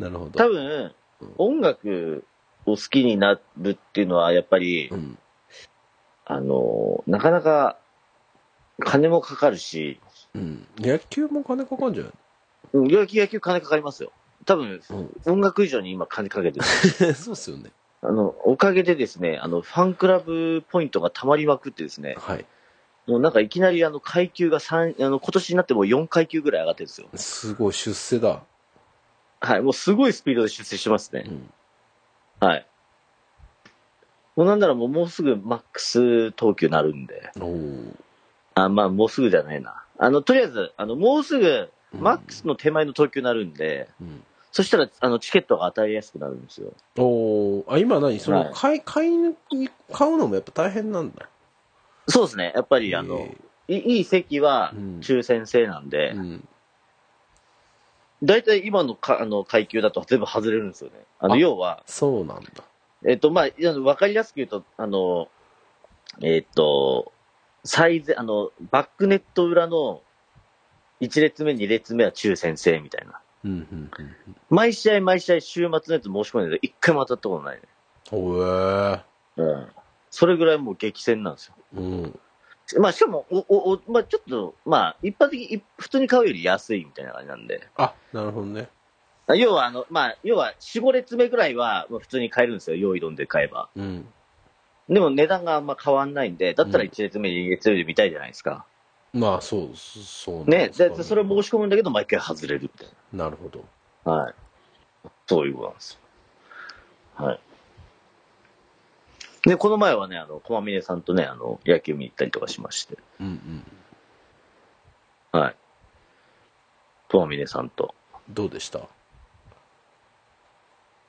なるほど。
多分、音楽を好きになるっていうのは、やっぱり
う、ん、
あの、なかなか、金もかかるし、
うん。野球も金かかんじゃない
うん野球、野球金かかりますよ。多分、
う
音楽以上に今金かけてる。
ん。 そうっすよね。
あの、おかげでですね、あの、ファンクラブポイントが溜まりまくってですね、
はい。
もうなんかいきなりあの階級が三あの今年になってもう4階級ぐらい上がってるんですよ。
すごい、出世だ。
はい、もうすごいスピードで出世してます
う
ね。
ん。
はい。もうなんならもうもうすぐマックス投球なるんで。
おー
あ、まあもうすぐじゃないな。あの、とりあえず、あの、もうすぐマックスの手前の投球なるんで、
うん。
そしたらあのチケットが当たりやすくなるんですよ。
おーあ、今何そ
は
の、
い
買い、買いに、買うのもやっぱ大変なんだ。
そうですね、やっぱりあの、
え
いいい席は
うん
抽選制なんで
ー、うん。
大体今のかあの階級だと全部外れるんですよね。あの、
あ
要は、
そうなんだ。
えっと、まあ、あのわかりやすく言うと、あの、えっと、最前、あの、バックネット裏の1列目、2列目は抽選制みたいな。
うん、うん、うん。
毎試合毎試合週末のやつ申し込んでるけど、一回も当たったことないね。
おえ
うん。それぐらいもう激戦なんですよ。
うん。
まあ、しかも、お、お、おまあ、ちょっと、まあ、一般的に、い普通に買うより安いみたいな感じなんで。
あ、なるほどね。
あ要は、あの、まあ、要は、4、5列目ぐらいは、まあ普通に買えるんですよ。用意どんで買えば。
うん。
でも値段があんま変わんないんで、だったら1列目、2列目で見たいじゃないですか。
まあ、そう、そそうなん
ね
ですか
で、それを申し込むんだけど、毎回外れるみたい
なるほど。
な。はい。そういうことなんですよ。はい。で、この前はね、あの、駒峰さんとね、あの、野球見に行ったりとかしまして、
うん、うん。
はい。駒峰さんと。
どうでした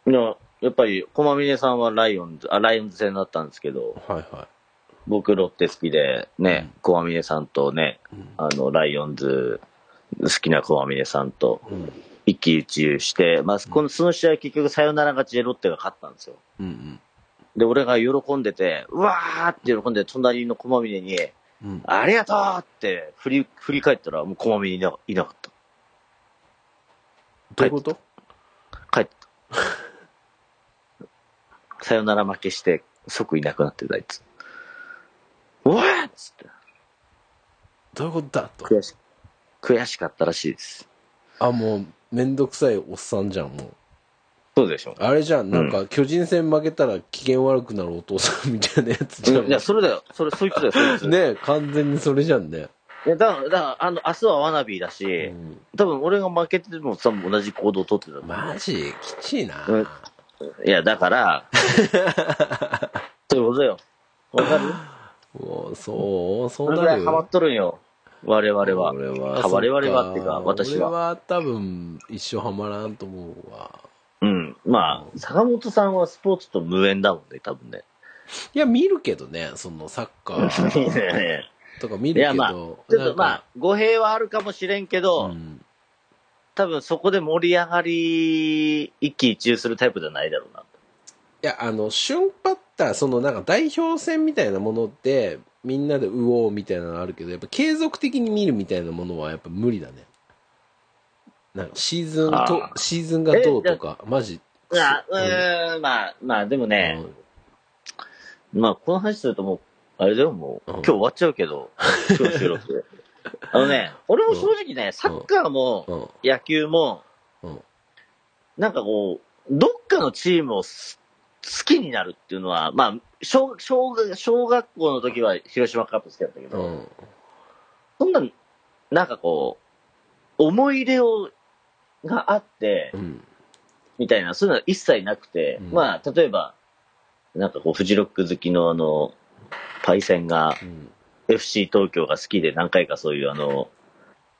いや、やっぱり、駒峰さんはライオンズ、あ、ライオンズ戦だったんですけど、
はい、は
僕ロッテ好きで、ね、駒峰さんとね、
い。うん
あの、ライオンズ好きな小峰さんと
うん。うん
一喜一憂して、まあ、このその試合結局サヨナラ勝ちでロッテが勝ったんですよ。
うん。
で、俺が喜んでて、うわーって喜んで、隣の小峰に、
うん。
ありがとうって振り、振り返ったら、もう小まみいないなかった。
どういうこと
帰ってた。 さよなら負けして、即いなくなってた、あいつ。うわーっつって、
どういうことだと。
悔し、悔しかったらしいです。
あ、もう、めんどくさいおっさんじゃん、もう。
そうでしょ
あれじゃん、なんか、巨人戦負けたら機嫌悪くなるお父さんみたいなやつじゃん。
いや、それだよ。それ、そいつだよ、 そいつ。
ねえ完全にそれじゃんね。
いやだから、だから、あの、明日はワナビーだし、
うん
多分俺が負けても多分同じ行動をとってたと思う。
マジきちいな。
うんいや、だ から、そういうことよ。わかる
おそう、そ
こ
う
れぐ
な
ら
る
いハマっとるんよ。我々は。
俺
あ我々はっていうか私は
俺は多分、一生ハマらんと思うわ。
うん。まあ、坂本さんはスポーツと無縁だもんね、多分ね。
いや、見るけどね、そのサッカ
い
ー
やいや
とか見
い
る
や
け
まあ
ど。
ちょっとま
なん
あ、語弊はあるかもしれんけ
か
ど、
うん
多分そこで盛り上がり、一喜一憂するタイプじゃないだろうな。
いや、あの、瞬パッター、そのなんか代表戦みたいなものって、みんなでうおうみたいなのあるけど、やっぱ継続的に見るみたいなものはやっぱ無理だね。なんかシーズンと
あ、
シーズンがどうとか、マジ。
いや、うーん、まあ、まあでもね、まあこの話するともう、あれだよ、も
う
う、
ん
今日終わっちゃうけど、今日収 録。あのね、俺も正直ね、サッカーも
うん、うん、
野球も、
うん。
なんかこう、どっかのチームをす好きになるっていうのは、まあ、小小学小学校の時は広島カップ好きだったけど、
うん。
そんな、なんかこう、思い入れを、があって
う、ん。
みたいな、そういうのは一切なくて、
うん
まあ、例えば、なんかこう、フジロック好きのあの、パイセンが
うん
FC 東京が好きで何回かそういうあの、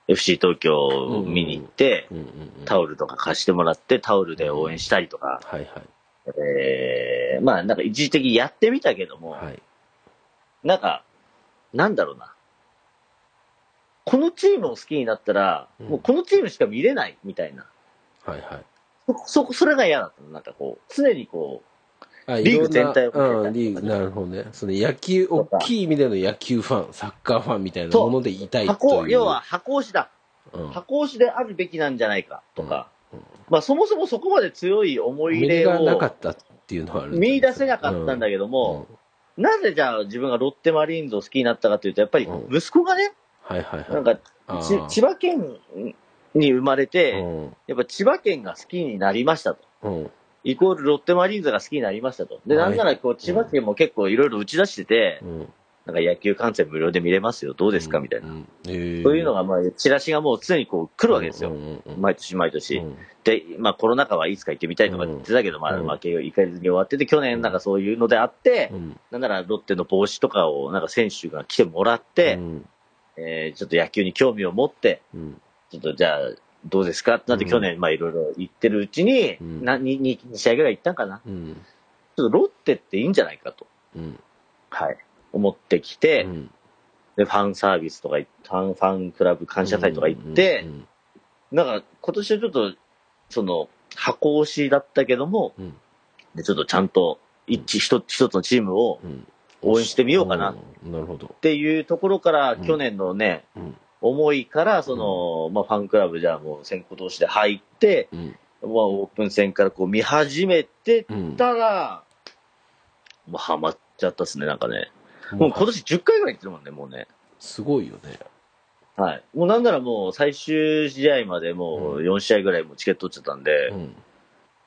FC 東京を見に行って、
うん。うん。
タオルとか貸してもらって、タオルで応援したりとか、
はいはい。
えー、まあなんか一時的にやってみたけども、
はい。
なんか、なんだろうな。このチームを好きになったら、
うん
もうこのチームしか見れないみたいな。
はいはい。
そ、そ、それが嫌だったの。なんかこう、常にこ
あ
リーグ
いろんな
全体を見てた
うん、リーグ、なるほどね。その野球、大きい意味での野球ファン、サッカーファンみたいなものでいた
う、
い
箱、
という。
要は箱推しだ。
うん、
箱推しであるべきなんじゃないかとか、
うんうん
まあそもそもそこまで強い思い
目
入れ
がなか
を
ったっていうのはある。
見出せなかったんだ
け
けども、なぜじゃあ自分がロッテマリーンズを好きになったかというと、やっぱり
うん
息子がね、
はいはいはい。
なんか
あ
ち
ー、
千葉県に生まれて、
うん
やっぱ千葉県が好きになりましたと。
うん
イコールロッテマリーンズが好きになりましたと。で、
はい
なんならこう千葉県も結構いろいろ打ち出してて
う、ん。
なんか野球観戦無料で見れますよ、どうですかみたいな。
ん。ええ
そういうのが、まあ、チラシがもう常にこう来るわけです
うん
よ。
うんうん
毎年毎年。
うん
で、まあコロナ禍はいつか行ってみたいとか言ってたけど、まあ、
うん
まあ、結局行かずに終わってて、去年なんかそういうのであって
う、ん
なんならロッテの帽子とかをなんか選手が来てもらって
う、ん
えーちょっと野球に興味を持って、
うん
ちょっとじゃあ、どうですかってなって
うん
去年、まあいろいろ行ってるうちに、
うん
な 2, 試合ぐらい行ったんかな。
うん
ちょっとロッテっていいんじゃないかと、
うん
はい、思ってきて、
うん
で、ファンサービスとか行っ、ファン、ファンクラブ感謝祭とか行って、
うん
なんか今年はちょっと、その、箱推しだったけども、
うん
でちょっとちゃんと一、一つ一つのチームをっ
うん
応援してみようかな
うんなるほど。
ていうところから、
うん
去年のね、
うん
思いから、その、まあ、ファンクラブじゃあもう先行投資で入って、
うん
まあ、オープン戦からこう見始めて
うん
たら、もうハマっちゃったっすね、なんかね。もう今年10回ぐらい行ってるもんね、もうね。
すごいよね。
はい。もうなんならもう最終試合までもう4試合ぐらいもうチケット取っちゃったんで、
うん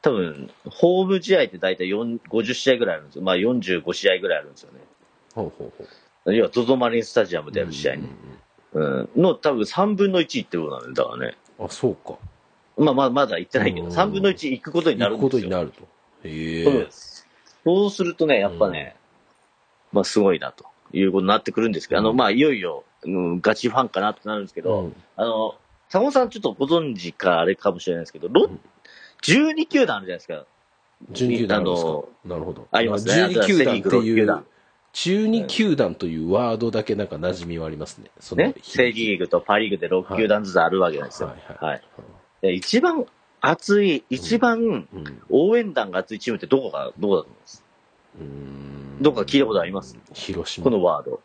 多分、ホーム試合って大体4 50試合ぐらいあるんですよ。まあ45試合ぐらいあるんですよね。
ほうほうほう。
要は ZOZO マリンスタジアムでやる試合
うんう
ね
ん。
うん。の多分3分の1ってことなんで、だからね。
うんあ、そうか。
まあまあまだ行ってないけど、
うん
3分の1行くことになる
行く
ん
こと
です
に
よ。
なると。へ
そう
え
で。す。そうするとね、やっぱね、まあすごいなということになってくるんですけど、あ
う
の、
ん
まあいよいよ、うんガチファンかなってなるんですけど、
うん
あの、坂本さんちょっとご存知かあれかもしれないですけど、ロッ
うん
12球団あるじゃないですか。
12球団あるんです
あ
か
の
なるほど。
ありますね
12球団って
セリーグ
い
の球
う
団
12球団というワードだけなんか馴染みはありますね。その
ね、正義リーグとパ・リーグで6球団ずつあるわけなんですよ。
は
はいい
はい
で一番熱い、一番
うんう
応援団が熱いチームってどこか、どこだと思います
ーん
どっか聞いたことあります
広島。
このワード。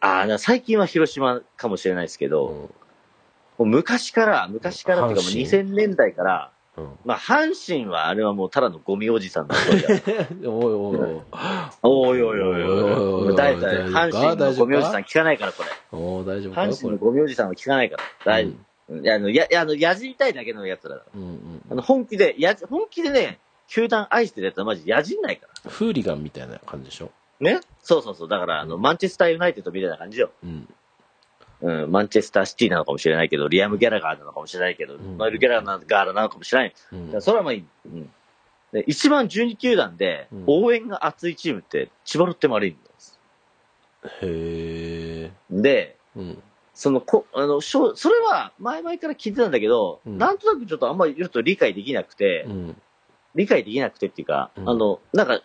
ああ、な最近は広島かもしれないですけど、もう昔から、昔からっていうかもう
阪神
2000年代から、
うん、
まあ、阪神はあれはもうただのゴミおじさんの一人 だ
うん。おいおいおいおいおい
おいおいおいおい
おい
おい。大体
大丈夫か
阪神のゴミおじさん聞かないから、これ。
おい。おい大丈夫か
阪
こ
神
れ
の。ゴミおじさんは聞かないから。大丈夫。いや、あの、や、いやあの、やじりたいだけのやつらだ。
うんうん
あの、本気で、やじ、本気でね、球団愛してるやつはマジやじんないから。
フーリガンみたいな感じでしょ
ねそうそうそう。だから、あの、マンチェスターユナイテッドみたいな感じよ。
うん。
うん、マンチェスターシティなのかもしれないけど、リアム・ギャラガーなのかもしれないけど、
ん
ノエル・ギャラガーなのかもしれない。
う
だ
ん
からそれはまあいい、うんで一番12球団で
うん、
応援が熱いチームって、千葉ロッテマリーンズなんです。
へえ。
で、
うん。
そのこあのしょそれは前々から聞いてたんだけど、
うん
なんとなくちょっとあんまりちょっと理解できなくて、
うん。
理解できなくてっていうか、
うん
あの、なんか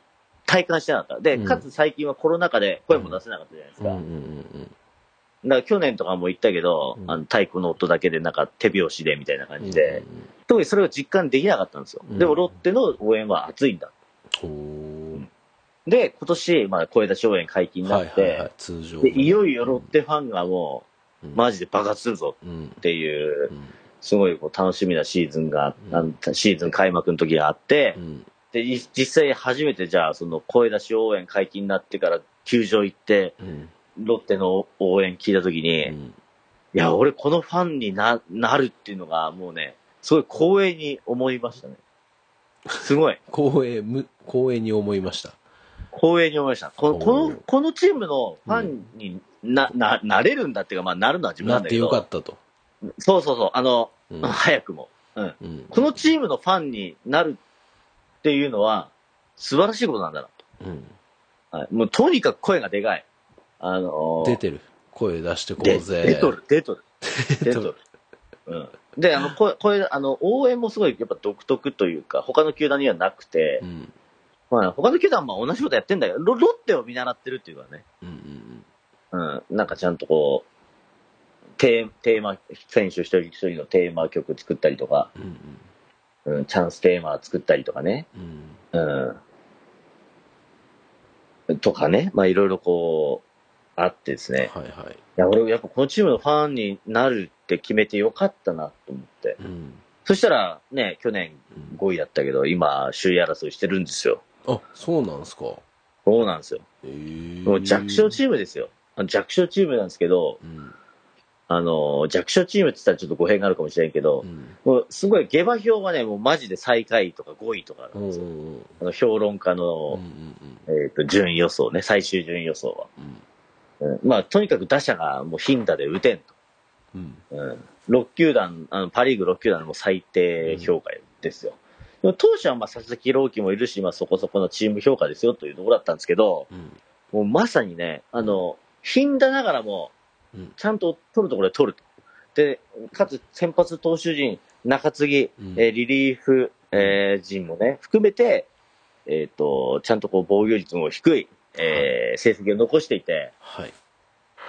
体感してなかった。で、
うん
かつ最近はコロナ禍で声も出せなかったじゃないです
うんう
か。
んうん
だから去年とかも行ったけど、
うん
あの太鼓の音だけでなんか手拍子でみたいな
う
感
ん。
じで、特にそれを実感できなかったんですよ。
うん
でもロッテの応援は熱いんだ。
うんうん、
で、今年、まあ、声出し応援解禁
ほ
に
う。は
なっ
い
て、
はいはい。通常。
で、いよいよロッテファンがも
うん
う、マジで爆発するぞ
うん。
っていう
う、ん。
すごいこう楽しみなシーズンが、
うん
あのシーズン開幕の時があって、
うん。
で、い実際初めてじゃあ、その声出し応援解禁になってから、球場行って、
うん。
ロッテの応援聞いた時に、
う
い
ん
や、俺このファンにな、なるっていうのが、もうね、すごい光栄に思いましたね。すごい。
光栄、む、光栄に思いました。
光栄に思いました。こ
お
の
ー
このこのチームのファンにな,、ななれるんだっていうか、まあ、なるのは自分
な
なん
っ
だ
て
け
よか
ど、
ったと。
そうそうそう、あの、
うん
早くも、うん。
うん。
このチームのファンになるっていうのは、素晴らしいことなんだな
うん。
と。はい、もうとにかく声がでかい。あのー
出てる。声出してこ
で
うぜ。
出とる、出とる、
出
出
と
と
る
る。うん、で、あの、ここれ、あの、応援もすごいやっぱ独特というか、他の球団にはなくて
う、ん。
まあ、他の球団はまあ同じことやってんだけど、ロロッテを見習ってるっていうかね。
うんうん
うん、なんかちゃんとこう、テーテーマ、選手一人一人のテーマ曲作ったりとか、
うん。うん
うん、チャンステーマ作ったりとかね、
うん。
うん、とかね、まあいろいろこう、あってです
うん。
ね、
はいはい。
いや、俺やっぱこのチームのファンになるって決めてよかったなと思って。
うん。
そしたらね、去年
うん
5位だったけど、今、首位争いしてるんですよ。
あ、そうなんすか。
そうなんですよ。
ええ
もう弱小チームですよ。あの弱小チームなんですけど、
うん。
あの、弱小チームって言ったらちょっと語弊があるかもしれんけど
う、ん。
もうすごい下馬評がね、もうマジで最下位とか5位とか
う
なん
ん
で
う
すよ、
ん
あの評論家
うん。う
の、
ん
えー、と順位予想ね、最終順位予想
うん
は、うんまあ、とにかく打者がもう頻打で打てん
うん。
と、うん、6球団あの、パ・リーグ6球団のもう最低評価ですよ。でも当初はまあ佐々木朗希もいるし、まあ、そこそこのチーム評価ですよというところだったんですけど、
うん。
もうまさにね、あの頻打ながらも
うん、
ちゃんと取るところで取ると。で、かつ先発投手陣、中継ぎ、
うん
えーリリーフ、えー陣もね、含めて、えっ、と、ちゃんとこう防御率も低い、えー成績を残していて、
はい。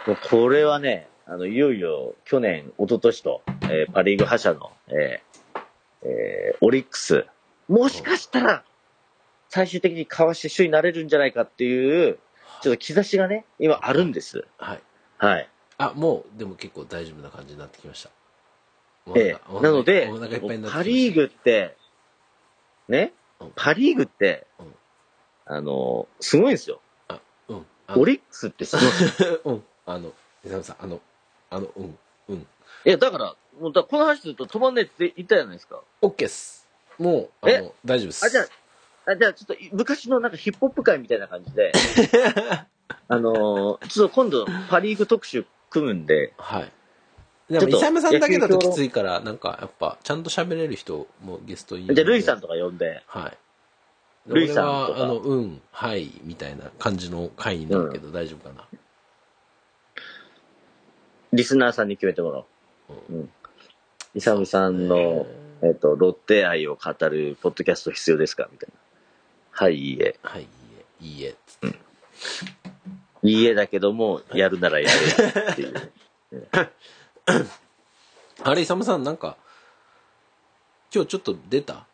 もうこれはね、あの、いよいよ去年、一昨年と、えーパリーグ覇者の、えーえーオリックス、もしかしたら、最終的にかわして首位になれるんじゃないかっていう、ちょっと兆しがね、今あるんです。
はい。
はい。
あ、もう、でも結構大丈夫な感じになってきました。お腹
ええ
お腹
なので
お腹いっぱいになってきました。
パ・リーグって、ね
うん、
パ・リーグって
うん、
あの、すごいんですよ。
うん。あの
オリックスってす ごい。
うん。あの、江上さん、あの、あの、うん。うん。
いや、だから、もうだこの話すると止まんねえって言ったじゃないですか。
オッケーっす。もう、あの
え、
大丈夫です。
あ、じゃあ、あじゃあちょっとい昔のなんかヒップホップ会みたいな感じ で、あのーちょっと今度パ・リーグ特集組むんで、
はい。でも、
ちょ
伊
っと
沢さんだけだときついから、なんか、やっぱ、ちゃんと喋れる人もゲストいい
じゃあルイさん
と。
とか呼んで、
はい。
ルイさんとか
俺は、あの、うん、はい、みたいな感じの回になるけど、大丈夫かな。
リスナーさんに決めてもらおう。うん。イサムさんの、
えー
えっと、ロッテ愛を語るポッドキャスト必要ですかみたいな。はい、いいえ。
はい、いいえ、いいえ、つって。
家だけども、やるならやるって いう。
あれ、イサムさん、なんか、今日ちょっと出た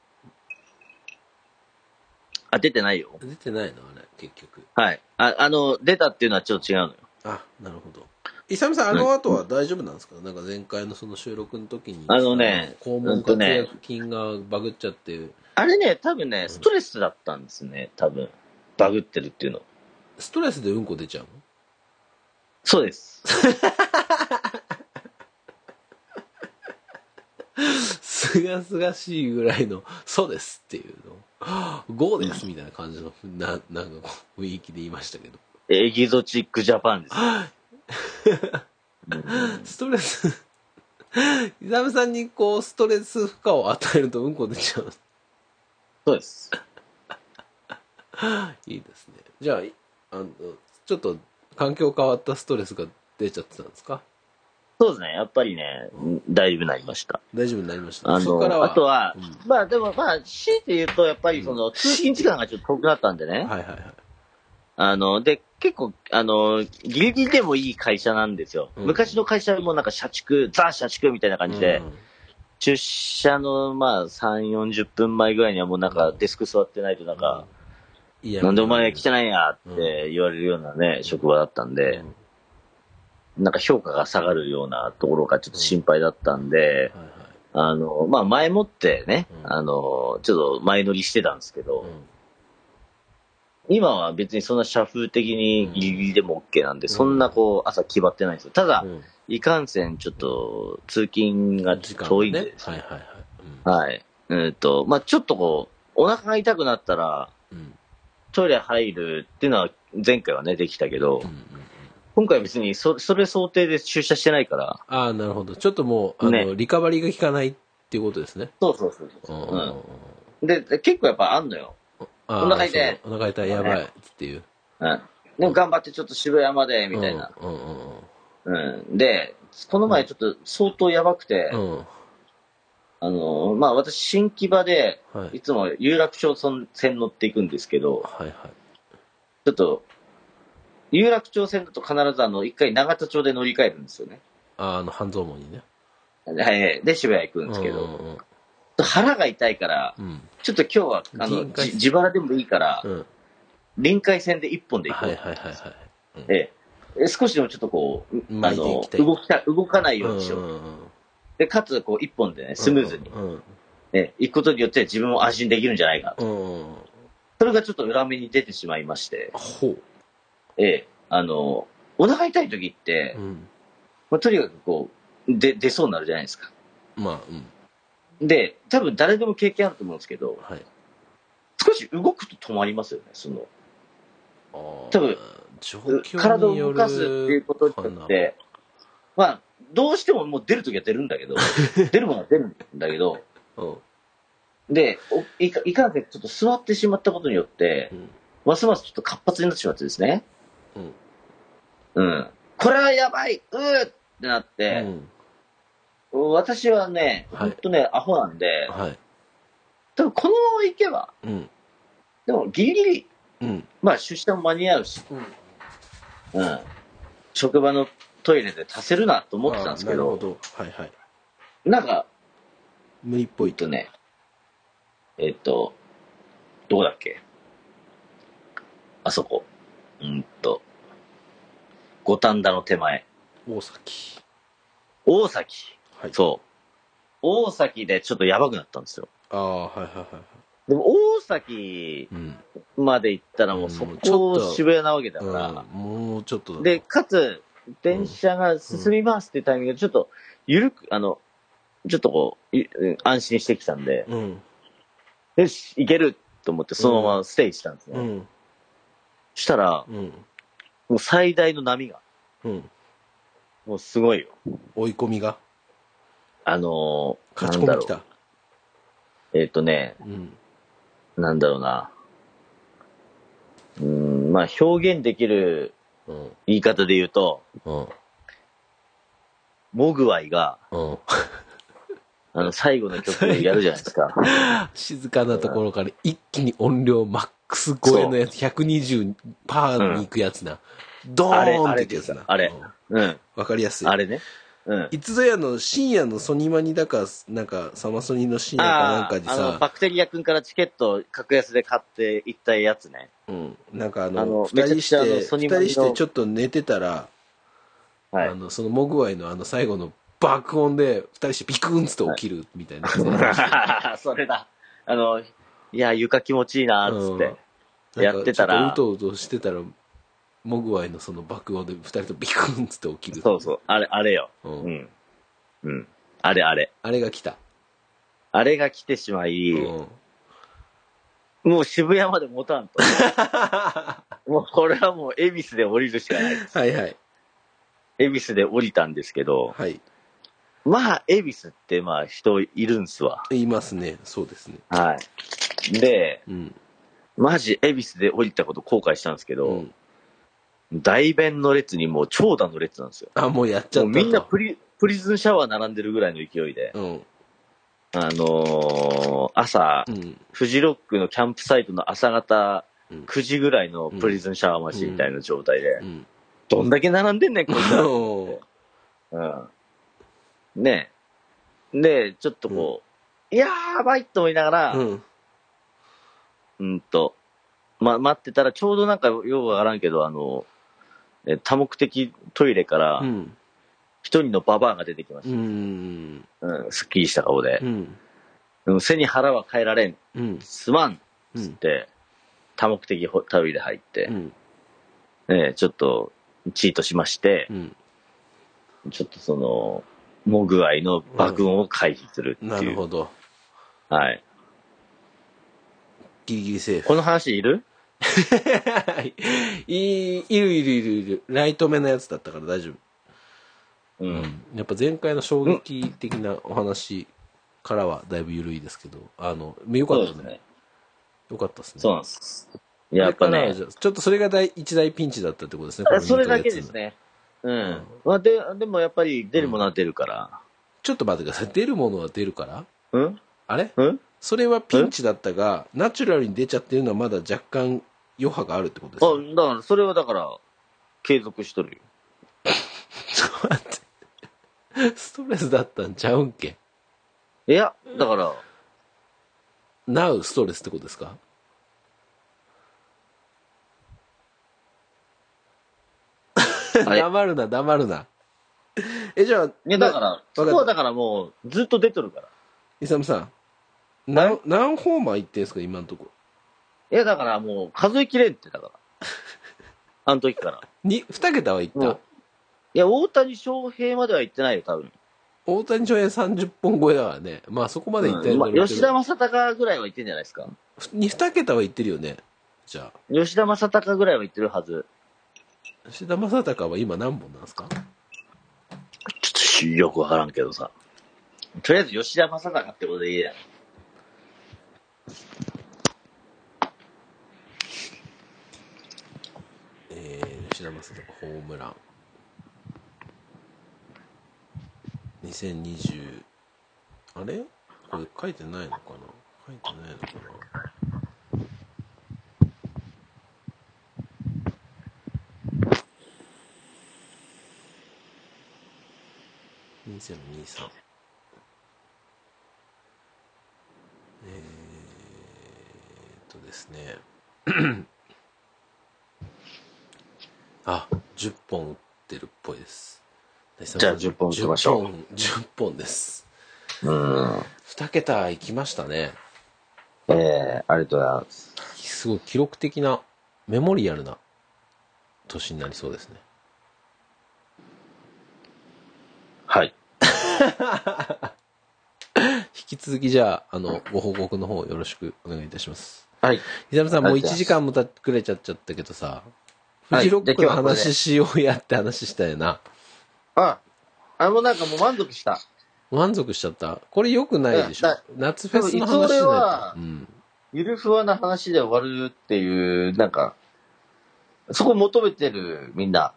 あ、出てないよ。
出てないのあれ、結局。
はい。あ、あの、出たっていうのはちょっと違うのよ。
あ、なるほど。イサムさん、あの後は大丈夫なんですかなんか前回のその収録の時に。
あのね
肛門括約筋がバグっちゃって、
あれね、多分ね、ストレスだったんですね、多分。バグってるっていうの。
ストレスでうんこ出ちゃうの
そうです。
すがすがしいぐらいの、そうですっていうの、ゴーですみたいな感じの、な、なんかこう、雰囲気で言いましたけど。
エキゾチックジャパン です。
ストレス、イサムさんにこう、ストレス負荷を与えるとうんこ出ちゃう。
そうです。
いいですね。じゃあ、いあの、ちょっと、環境変わったストレスが出ちゃってたんですか
そうですね、やっぱりね、だいぶなりました。
大丈夫になりました。
あ
そこから
の、
は。
あとは
うん、
まあでもまあ、強いて言うと、やっぱりその、通勤時間がちょっと遠くなったんでね。
はいはいはい。
あの、で、結構、あの、ギリギリでもいい会社なんですよ。
うん
昔の会社もなんか社畜、ザ社畜みたいな感じで、
うん
出社のまあ3、40分前ぐらいにはもうなんかデスク座ってないとなんか、、
いや
なんでお前来てないんやって言われるようなね、職場だったんで、
うん
なんか評価が下がるようなところがちょっと心配だったんで、
はいはい。
あの、まあ前もってね
う、ん
あの、ちょっと前乗りしてたんですけど、
うん
今は別にそんな社風的にギリギリでも OK なんで、そんなこう朝決まってないんですよ。ただ、
うん
いかんせんちょっと通勤が
時間
遠いん
ね。
で、
はいはいはい。うん
はい。うんと、まあちょっとこう、お腹が痛くなったら、
うん
トイレ入るっていうのは前回はね、できたけど、
うんうん
今回は別にそそれ想定で出社してないから。
ああ、なるほど。ちょっともう、あの、
ね
リカバリーが効かないっていうことですね。
そうそうそう
うんうんうん
んで。で、結構やっぱあんのよ。
あー
お腹痛い
そうお腹痛い、やばい、っていう。
うん。でも頑張ってちょっと渋谷まで、みたいな。
うんうんうん
うん。で、この前ちょっと相当やばくて、
うん。うん。
あの、まあ私、新木場で、
はい
い。つも有楽町線乗っていくんですけど、
はいはい。
ちょっと、有楽町線だと必ずあの、一回長田町で乗り換えるんですよね。
あーあの、半蔵門にね。
はい。で、渋谷行くんですけ
う
ど、
んうん
腹が痛いから、
うん。うん
ちょっと今日は、あの、
臨海
じ自腹でもいいから、
うん。
臨海線で一本で行こ
は
う。
いはいはいはい。
えええ少しでもちょっとこう、あ
巻いてい
の
き、たい
動きた、動かないようにしよう。
ん
で、かつ、こう、一本でね、スムーズに、
うん
ええ行くことによって自分を安心できるんじゃないか。
うんうんうん。
それがちょっと裏目に出てしまいまして、
ほう。
ええあの、お腹痛い時って
う、ん。
まあ、とにかくこう、で、出そうになるじゃないですか。
まあ、うん。
で、多分誰でも経験あると思うんですけど、
はい。
少し動くと止まりますよね、その、
多
多分、
状
体
況
を
によ
動
る
かすっていうことによっ
かな
て、まあ、どうしてももう出るときは出るんだ けど、出るものは出るんだけど、
うん
で、おいかいかんせんちょっと座ってしまったことによって、ますますちょっと活発になってしまってですね、
うん
うん。これはやばいうーってなっ
う
て、
ん。
私はね、
はい
ほんとね、アホなんで、
はい。
多分このままいけば、
うん。
でもギリギリ、
うん。
まあ出社も間に合うし、
うん
うん、職場のトイレで足せるなと思ってたんですけ
あーな
ど、
るほど。はいはい。
なんか、
無理っぽ
え
い
っ。とね、えっと、どこだっけあそこ。うんと、五反田の手前。
大崎。
大崎。
はい。
そう。大崎でちょっとやばくなったんですよ。
ああ、はいはいはいはい。
でも大崎
うん。
まで行ったらもうそこ渋谷なわけだ
うん
か
もうちょっとだ
ら。で、、かつ、電車が進みますっていうタイミングでちょっと、ゆるく、あの、ちょっとこう、いうん安心してきたんで、
うん。
よし、行けると思ってそのままステイしたんです
う
ね。
ん。
したら、
うん。
もう最大の波が、
うん。
もうすごいよ。
追い込みが、
あのー、
勝ち
なん
込み
だろ
きた。
う。えっ、とね、
うん。
なんだろうな。うーん、まあ表現できる
うん。
言い方で言うと、
うん。
モグワイが、
うん。
あの、最後の曲をやるじゃないですか。
静かなところから一気に音量マックス超えのやつ、120パーに行くやつな。ド
あれ
ーン
あ
って
れ
いくやつな。
あれ
うん
うん。
わかりやすい。
あれね。うん。
いつぞやの深夜のソニマニだか、なんか、サマソニの深夜かなんかで
あーあの、
さ、
パクテリア君からチケットを格安で買って行ったやつね。
うん、なんかあ
あ
の、
の
二人
め
し
ちゃくちゃあの
て、
ソ
二
ニマニ
人
の
してちょっと寝てたら、
はい
あ。の、そのモグワイのあの最後の爆音で、二人してビクンっつって起きるみたいなやつね。
それだ。あの、いや、床気持ちいいな、つって。
うん
やってたら
なんかちょっとうとうとしてたら、モグワイのその爆音で二人とビクンっつって起きる。
そうそう。あれ、あれよ。
うん
うん。うん。あれ、あれ。
あれが来た。
あれが来てしまい、
うん
もう渋谷まで持 たんと。もうこれはもう恵比寿で降りるしかない。
はいはい。
恵比寿で降りたんですけど、
はい。
まあ、恵比寿ってまあ人いるんすわ。
言いますね。そうですね。
はい。で、
うん。
マジ恵比寿で降りたこと後悔したんですけ
う
ど、
ん
大便の列にもう長蛇の列なんですよ。
あ、もうやっちゃ
も
っ
う
たと。
みんなプリプリズンシャワー並んでるぐらいの勢いで、
うん。
あのー朝
う、ん。
フジロックのキャンプサイトの朝方
うん
9時ぐらいのプリズンシャワーマシンみたいな状態で、
うん。
どんだけ並んでんねん、こんなの
うん
うん。ねえ。で、ちょっとこう、いやーばいと思いながら、
うん。
うんと、ま、待ってたら、ちょうどなんか、ようわからんけど、あの、え多目的トイレから
う、ん。
一人のババアが出てきまし
う
た。
ん。
うん、すっきりした顔で
う。ん。
うん、背に腹は変えられん。
うん。
すまん
う
つっ
ん。
て、多目的ホトイレ入って
う、ん。
ねえちょっと、チートしまして
う、ん。
ちょっとその、モグアイの爆音を回避するって
な
いう。
るほど。
はい。
ギリギリセー フ。
この話いる
いい、いるいるいるいる。ライト目のやつだったから大丈夫。う
う。
んんやっぱ前回の衝撃的なお話からはだいぶ緩いですけど、あの、よか
そ
っ
う
たですすね
でね。。
よかったですね。
そうなんです。やっぱ
これから
ね
はじ、ゃあちょっとそれが第一大ピンチだったってことですね。こ
あ
の
それだ
二
け
ヶ
で
月
す。ね。うん。まあ、で、でもやっぱり出るものは出るから。
ちょっと待ってください。出るものは出るから
うん
あれ
うん
それはピンチだったが、ナチュラルに出ちゃってるのはまだ若干余波があるってことですね。
あ、だから、それはだから、継続しとるよ。
ちょっと待って。 ストレスだったんちゃうんけ。
いや、だから、
なうストレスってことですか
あれ
黙るな、黙るな。え、じゃあ、
いや、だから、そ
わか
こは
った
だからもう、ずっと出とるから。
イサムさん、何、何ホーマー行ってんすか、今のとこ。
いや、だからもう、数えきれんって、だ から。あの時から。
に、二桁は行った。
うんいや、大谷翔平までは行ってないよ、多分。
大谷翔平30本超えだからね。まあそこまで行った
うん
んだ
ま
ろうけど
あ吉田正尚ぐらいは行ってんじゃないですか。
ふに二桁は行ってるよね。じゃあ、
吉田正尚ぐらいは行ってるはず。
吉田正尚は今何本なんですか
ちょっとしよくわからんけどさ。とりあえず吉田正尚ってことでいいやん。
えー、吉田正尚ホームラン。2020、あれこれ書いてないのかな書いてないのかな2023えーっとですね あ、10本打ってるっぽいです。
じゃあ10本打ちましょう
10本、10本です。
うん。
2桁いきましたね。
ええありがとうございます。
すごい記録的な、メモリアルな年になりそうですね。
はい。
引き続きじゃあ、あの、ご報告の方よろしくお願いいたします。
はい。
ひざむさん、もう
ありが
1
とうございます
時間もたくれちゃっちゃったけどさ、フ
はい
ジロック
じ
の
ゃあ今日はこれで
話しようやって話したよな。
あ、あ、もうなんかもう満足した。
満足しちゃったこれ良くないでしょ
だだ
夏フェスの
でも
話
いつ
じ
俺
ゃな
は
いとうん。
ゆるふわな話で終わるっていう、なんか、そこ求めてる、みんな。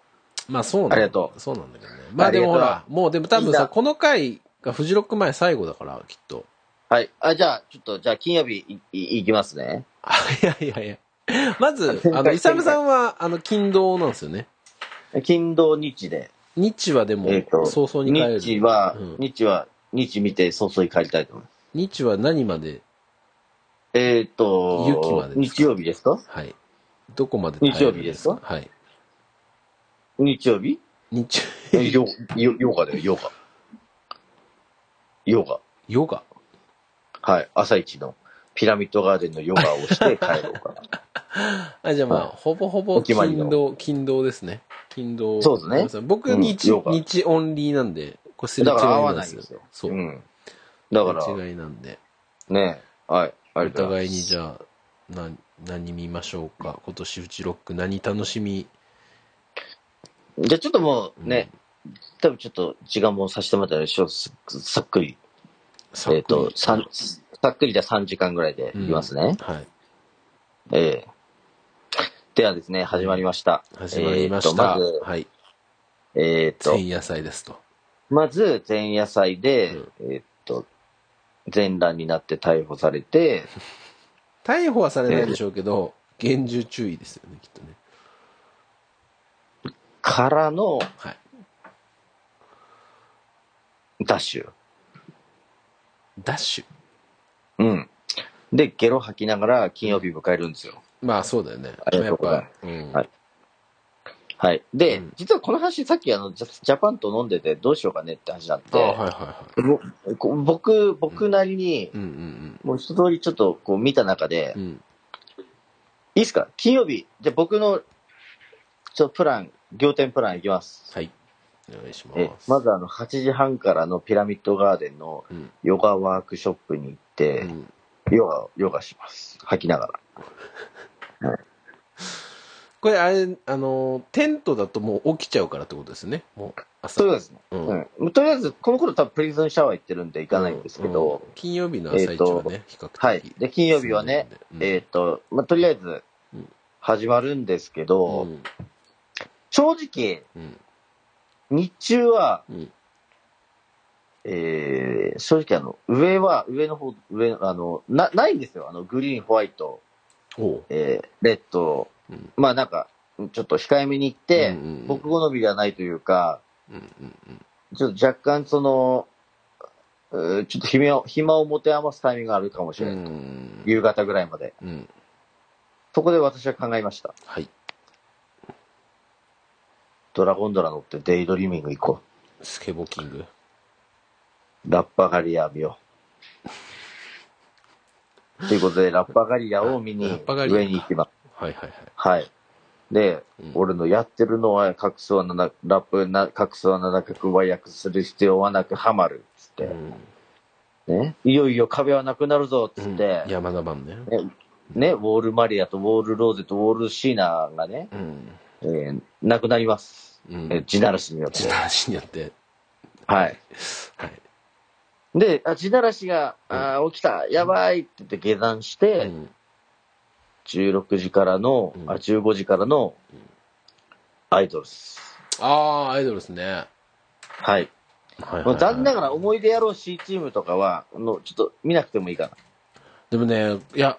まあそうなん
ありがと
う。そうなんだけどね。まあでもほ
ありが
ら、もうでも多分
みん
さ、
な
この回がフジロック前最後だから、きっと。
はい。あ、じゃあ、ちょっと、じゃあ金曜日いいいきますね。
あいやいやいや。まず、あの、イサムさんは、あの、勤労なんですよね。
金土日で、
日はでも
えっ、と、
早々に帰る。
日は、
うん
日は、日見て早々に帰りたいと思います。
日は何まで、
えっ、
勇気まで、
と
ですか
日曜日ですか
はい。どこまで耐えるん
日曜日です
はい。
日曜 日
日、
えヨヨヨガだよ、ヨガ。ヨガ。
ヨガ。
はい。朝一のピラミッドガーデンのヨガをして帰ろう かな。
あ、じゃあまあ、
はい
ほぼほぼ
お決まり
勤
の
労、勤労ですね。勤労。
そうですね
ごめんなさい僕、
うん
日、
ヨガ
日オンリーなんで、これすれ違
だ
い
から合わ
なんで
ないん
す
で
よ
す
そ
よ。。
うう。
ん。だから、
すれ違いなんで。
ねはい。あ
お
りがとうござ
互
い
い
ま
に
す。
じゃあ、な、何見ましょうか。今年、うちロック何楽しみ。
じゃあちょっともうね、多分ちょっと時間もさせてもらったらしょう、ささっくり。
さっくり
えっ、と、さんさっくりで3時間ぐらいでいますね。
はい。
ええではですね、始まりました。
始まりまし
え
た。
っ、と、まず、
はい。
えっ、と、
前夜祭ですと。
まず前夜祭で、えっ、と、全乱になって逮捕されて、
逮捕はされないでしょうけど、厳重注意ですよね、きっとね。
からの
はい。
ダッシュ。
ダッシュ。
うん。で、ゲロ吐きながら金曜日迎えるんですよ。
まあ、そうだよね。
ありがとうございます
やっぱうん。
はいはい。で、
うん
実はこの話、さっきあの、ジャジャパンと飲んでてどうしようかねって話になっ
あ
て、
はいはいは
ぼこ僕、僕なりに
い。う、んうん
もう一通りちょっとこう見た中で、
うん。うん。
いいですか金曜日。じゃあ僕の、ちょっとプラン、仰天プランいきます。
はい。お願いしま
え
す。
まずあの、8時半からのピラミッドガーデンの
うん。
ヨガワークショップに行って、
うん。
ヨガを、ヨガします。吐きながら。
これ、あれ、あの、テントだともう起きちゃうからってことですね。もう、朝。
そうですね。
う。
うんん。とりあえず、この頃多分プリズンシャワー行ってるんで行かないんですけど、
うん、金曜日の朝一はね、比較的。
はい。で、金曜日はね、
うん、
えっ、と、まあ、とりあえず
うん、
始まるんですけど、
うん
正直、
うん。
日中は、
うん。
えー、正直あの、上は、上の方、上の、あの、な、ないんですよ。あの、グリーン、ホワイト、
おう。
えー、レッド、
うん
まあなんか、ちょっと控えめに行って、
うんうんうん
僕好みではないというか、
うんうんうん。
ちょっと若干その、うーちょっと暇を、暇を持て余すタイミングがあるかもしれない。
うん
夕方ぐらいまで。
うん。
そこで私は考えました。
はい。
ドラゴンドラ乗ってデイドリーミング行こ
スケボーキング。
う。ラッパガリア見よう。ということで、ラッパガリアを見
ラッ
に
パガリアか
上に行きます。
はいはいはい。
はい。で、
うん
俺のやってるのは隠すはな、ラップな、隠すはなく和訳する必要はなくハマる。つって、ね。いよいよ壁はなくなるぞ。つ
う
っ
ん
て、
山田版ね。
ね、ウォールマリアとウォールローゼとウォールシーナがね、
うん。
えーなくなります。
うん。
えー地ならしによっ
ちょってと。話によって。
はい。
はい。
で、あ地ならしが、あー起きた、やばいって言って下山して、
うん
16時からの、
うん
あ、15時からの、アイドルです。
ああ、アイドルですね。は
はい。
いはいは
まあ
い
残念ながら、思い出やろう C チームとかは、あのちょっと見なくてもいいか
でもね、いや、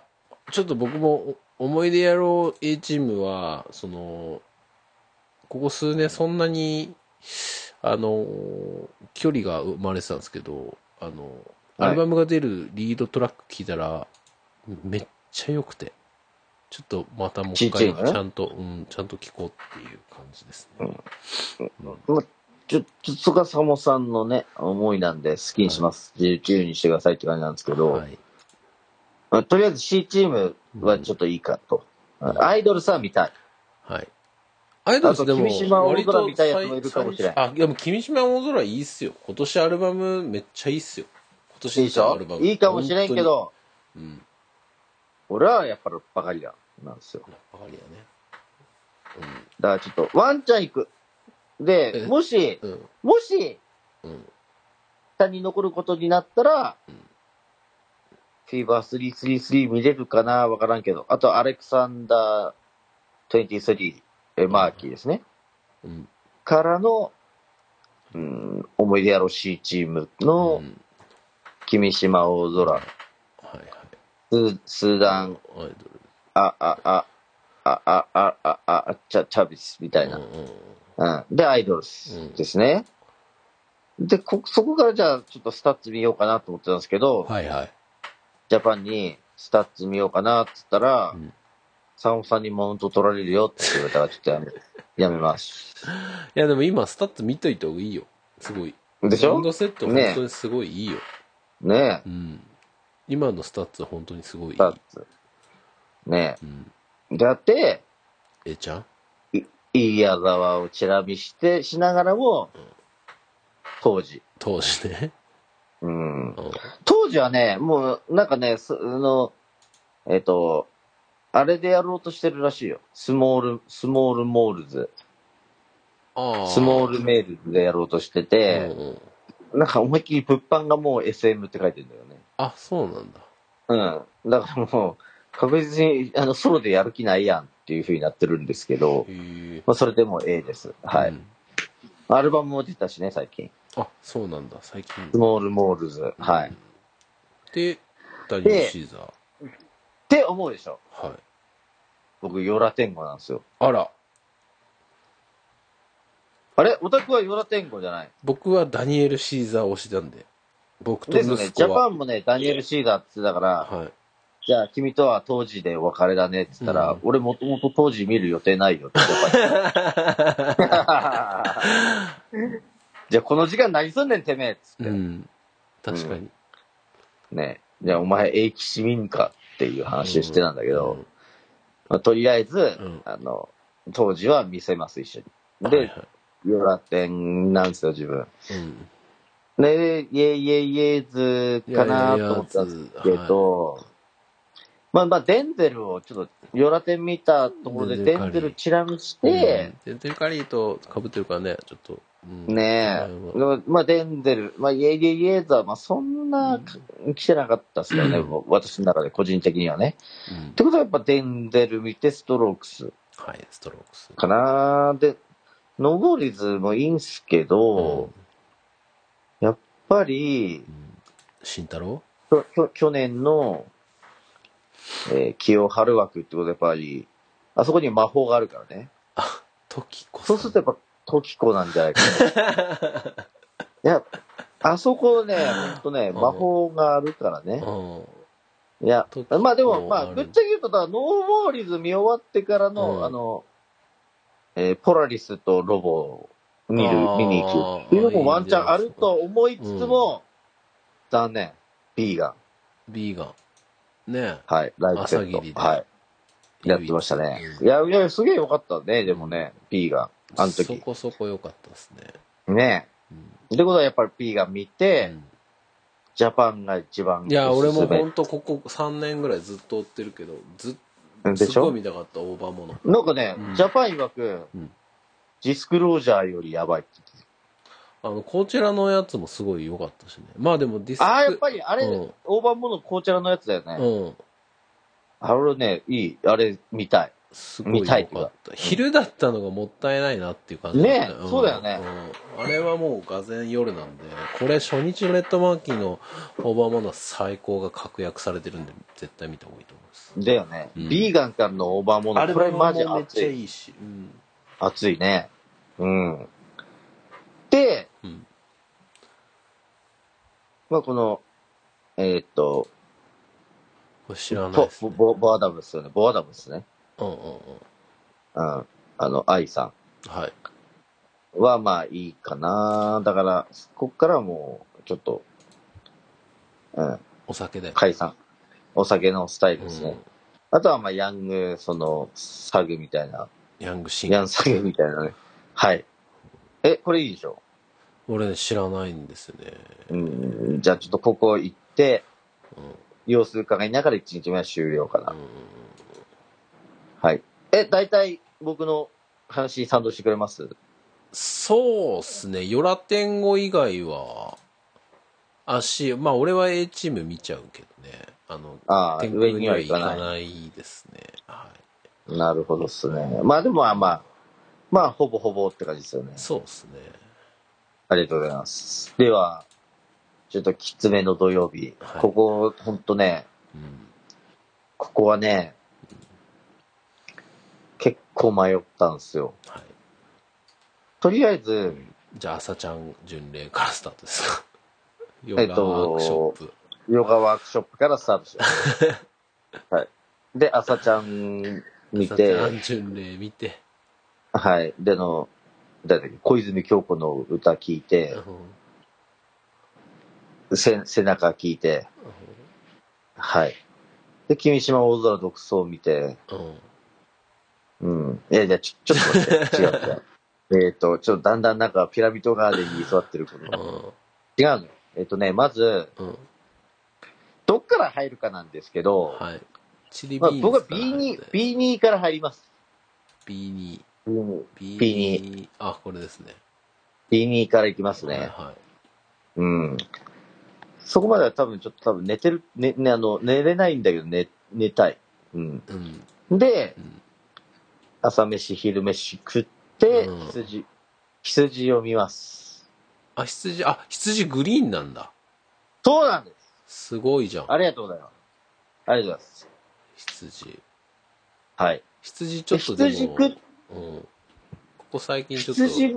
ちょっと僕もお思い出やろう A チームは、その、ここ数年そんなに、あの、距離が生まれてたんですけど、あの、
はい
アルバムが出るリードトラック聞いたら、めっちゃ良くて、ちょっとまたもう一
C
回、
チーム
ちゃんと、うん、ちゃんと聞こうっていう感じですね。
な。まあ、ちょ、ちょそこは坂本さんのね、思いなんで、好きにします。自由にしてくださいって感じなんですけど、
はい。
まあ、とりあえず C チームはちょっといいかと。
ん
アイドルさん見たい。
はい。アイドルズでも
あと君島大空みたいなやつもいるかもしれん
あ、でも君島大空いいっすよ。今年アルバムめっちゃいいっすよ。今年
いいでしょいいかもしれんけ。ど、
うん。
俺はやっぱりバカリラなんですよ。
やっぱり
だからちょっと、ワンチャン行く。で
え、
もし、
だね。うん。
もし、
うん。
下に残ることになったら、フィーバー333見れるかなわからんけど。あと、アレクサンダー23、えマーキーですね。
うん。
からの、うん、思い出やろ C チーム
う
の、
ん
君島大空、
はいはい。
ススーダ
ア
ン、
イドル。
あ、あ、あ、あ、あ、あ、あ、あ、チャ、チャビスみたいな。うん。で、アイドルスですね。で、こ、そこからじゃあ、ちょっとスタッツ見ようかなと思ってたんですけど、
はいはい。
ジャパンにスタッツ見ようかなって言ったら、
うん
サンオさんにマウント取られるよって言われたら、ちょっとやめ、やめます。
いやでも今スタッツ見といた方がいいよ。すごい。
でし
ラウ
ょ
ンドセット本当にすごいいいよ。
ねえ、
うん。今のスタッツは本当にすごいい
ス
い。
タッツ。ね
うん。
え。で、やって、
えちゃん
いい矢沢をチラ見して、しながらも、当時。
当時ね。
うん。
うん。
当時はね、もう、なんかね、その、えっ、と、あれでやろうとしてるらしいよ。スモール、スモールモールズ。
あ
スモー
ル
ルメールでやろうとしてて、なんか思いっきり物販がもう SM って書いてるんだよね。
あ、そうなんだ。
うん。だからもう、確実に、あの、ソロでやる気ないやんっていう風になってるんですけど、
へえ。
まあ、それでも A です。はい、
うん
アルバムも出たしね、最近。
あ、そうなんだ。最近
ス。モールモールズ。はい。っ
で、ダニエル・シーザー。
て思うでしょ。
はい。
僕、ヨラ天狗なんですよ。
あら、
あれオタクはヨラ天狗じゃない
僕はダニエル・シーザー推しなんで。僕と
で
息
す
子は。
ね。ジャパンもね、ダニエル・シーダーって言ってたから、
はい。
じゃあ君とは当時でお別れだねって言ったら、
うん
俺もともと当時見る予定ないよって言ってたから。 じゃあこの時間何すんねんてめえっつって。
うん。確かに。
ね。じゃあお前永吉市民かっていう話してたんだけど、
うん
まあ、とりあえず、
うん
あの、当時は見せます一緒に。
はい
で、
は
ヨラ店なんですよ自分。
いうん
ね、イエイイエイイエイズかなと思ったんですけど、まあまあ、デンゼルをちょっと、ヨラ天見たところで、
デンゼルカリー
デンゼルチラ見して、
うんでデルカリーと被ってるからね、ちょっと。うん
ねえ、
う
でもまあ、デンゼル、まあ、イエイイエイイエイズは、まあ、そんな来てなかったですよね、
うん
私の中で、個人的にはね。
ん
ってことは、やっぱ、デンゼル見て、ストロークス
はい、ストロークス。
かなで、ノゴリズもいいんすけど、やっぱり
う、ん慎太郎
きょきょ去年の、えー、清春枠ってことはやっぱり、あそこに魔法があるからね。
あ、時子
そうするとやっぱ、時子なんじゃないかな。い や、あそこね、ほんとね、
ん
魔法があるから
う
ね。
ん。
いや
時、子
まあでも、ま
あ
あ、
る
ぶっちゃけ言うと、だからノーモーリーズ見終わってからの、
うん
あの、えーポラリスとロボを見る
あー、
見に行くっていうのもワンチャンあると思いつつも、残念。B が、
ビーガン。ね
はい、ライブセ
朝霧
ッ
で
ト。はい。
え
やってましたね。
う
い
ん
や、いや、すげえ良かったね、でもね、P が、あの
そ
時。
こそこ良かったですね。
ね
うん
え。ってことはやっぱり P が見て、ジャパンが一番
いや、俺
お
も
すすめ
ほんとここ3年ぐらいずっと追ってるけど、ずっ
ですし
ごい
ょ
見たかった、オーバーモノ。
なんかね、
うん
ジャパン曰く、
うん
ディスクロージャーよりやばいって言って
あの、こちらのやつもすごい良かったしね。まあでもディス
た。ああ、やっ
ク、
ぱりあれ、
うん
大盤物紅茶のやつだよね。
うん。
あれね、いい、あれ見たい。
すごい良かった。昼だったのがもったいないなっていう感じった
ねえそうだよね。
うんあれはもうがぜん夜なんで、これ初日のレッドマーキーのオーバーモノは最高が確約されてるんで、絶対見た方がいいと思います。
だよね、
うん
ビーガンからの大盤物、これマジ熱い。
いいし。うん。
熱いね。うん。で、
うん。
まあ、この、えーっと、
これ知らない
と
です、
ボ
ね。
ボボアダムスよね。ボアダムスね。
うんうんうん。
うん。あの、愛さ
はい。
んはまあいいかな。だから、こっからもう、ちょっと、うん、
お酒で。
解散。お酒のスタイル
う
ですね。
ん。
あとはまあ、ヤング、その、サグみたいな。
ヤングシン
ヤンサグみたいなね。はい。え、これいいでしょ
俺ね、知らないんですよね。
うん。じゃあちょっとここ行って、
うん。うん
様子伺いながら1日目は終了かな。
うんうん。
はい。え、大体僕の話に賛同してくれます
そうっすね。ヨラ天狗以外は、足、まあ俺は A チーム見ちゃうけどね。あの、
ああ、
天
上
狗
に
に
は
は
行
行
かな
か
い。
ないですね。はい。
なるほどっすね。まあでもまあまあ、まあほぼほぼって感じですよね。
そうっすね。
ありがとうございます。では、ちょっときつめの土曜日。
はい
ここ、ほんとね、
うん。
ここはね、構迷ったんですよ。
はい。
とりあえず、
じゃあ、朝ちゃん巡礼からスタートですか。ヨ
と
ガワークショップ。
ヨガワークショップからスタートし ました。はい。で、朝ちゃん見
朝ち
て、
ゃん巡礼見て。
はい。での、誰だっけ、小泉京子の歌聞いうて
ん、
せ背中聞いて、はい。で、君島大空独走見て、
うん。うん
うん。いやいや、ちょ、ちょっと待 って、違う違う。えっと、ちょっとだんだんなんかピラミッドガーデンに居座ってるけど、違うのよ。えっ、とね、まず、
うん。うん。
どっから入るかなんですけど、
はい。チリビ
まあ、
ーンズ
僕は
から入っ
B2
て、
B2 から入ります。
B2。
B2,
B2。あ、これですね。
B2 から行きます
はい
ね。
は
うん。そこまでは多分ちょっと多分寝てる、ね、ね、あの、寝れないんだけど、寝、寝たい。うん。
い。うん。
で、
うん
朝飯、昼飯食って、
うん
羊、羊を見ます。
あ、羊、あ、羊グリーンなんだ。
そうなんです。
すごいじゃん。
ありがとうございます。ありがとうございます。
羊。
はい。
羊ちょっとでも。
羊食っ
うん。ここ最近ちょっと。
羊、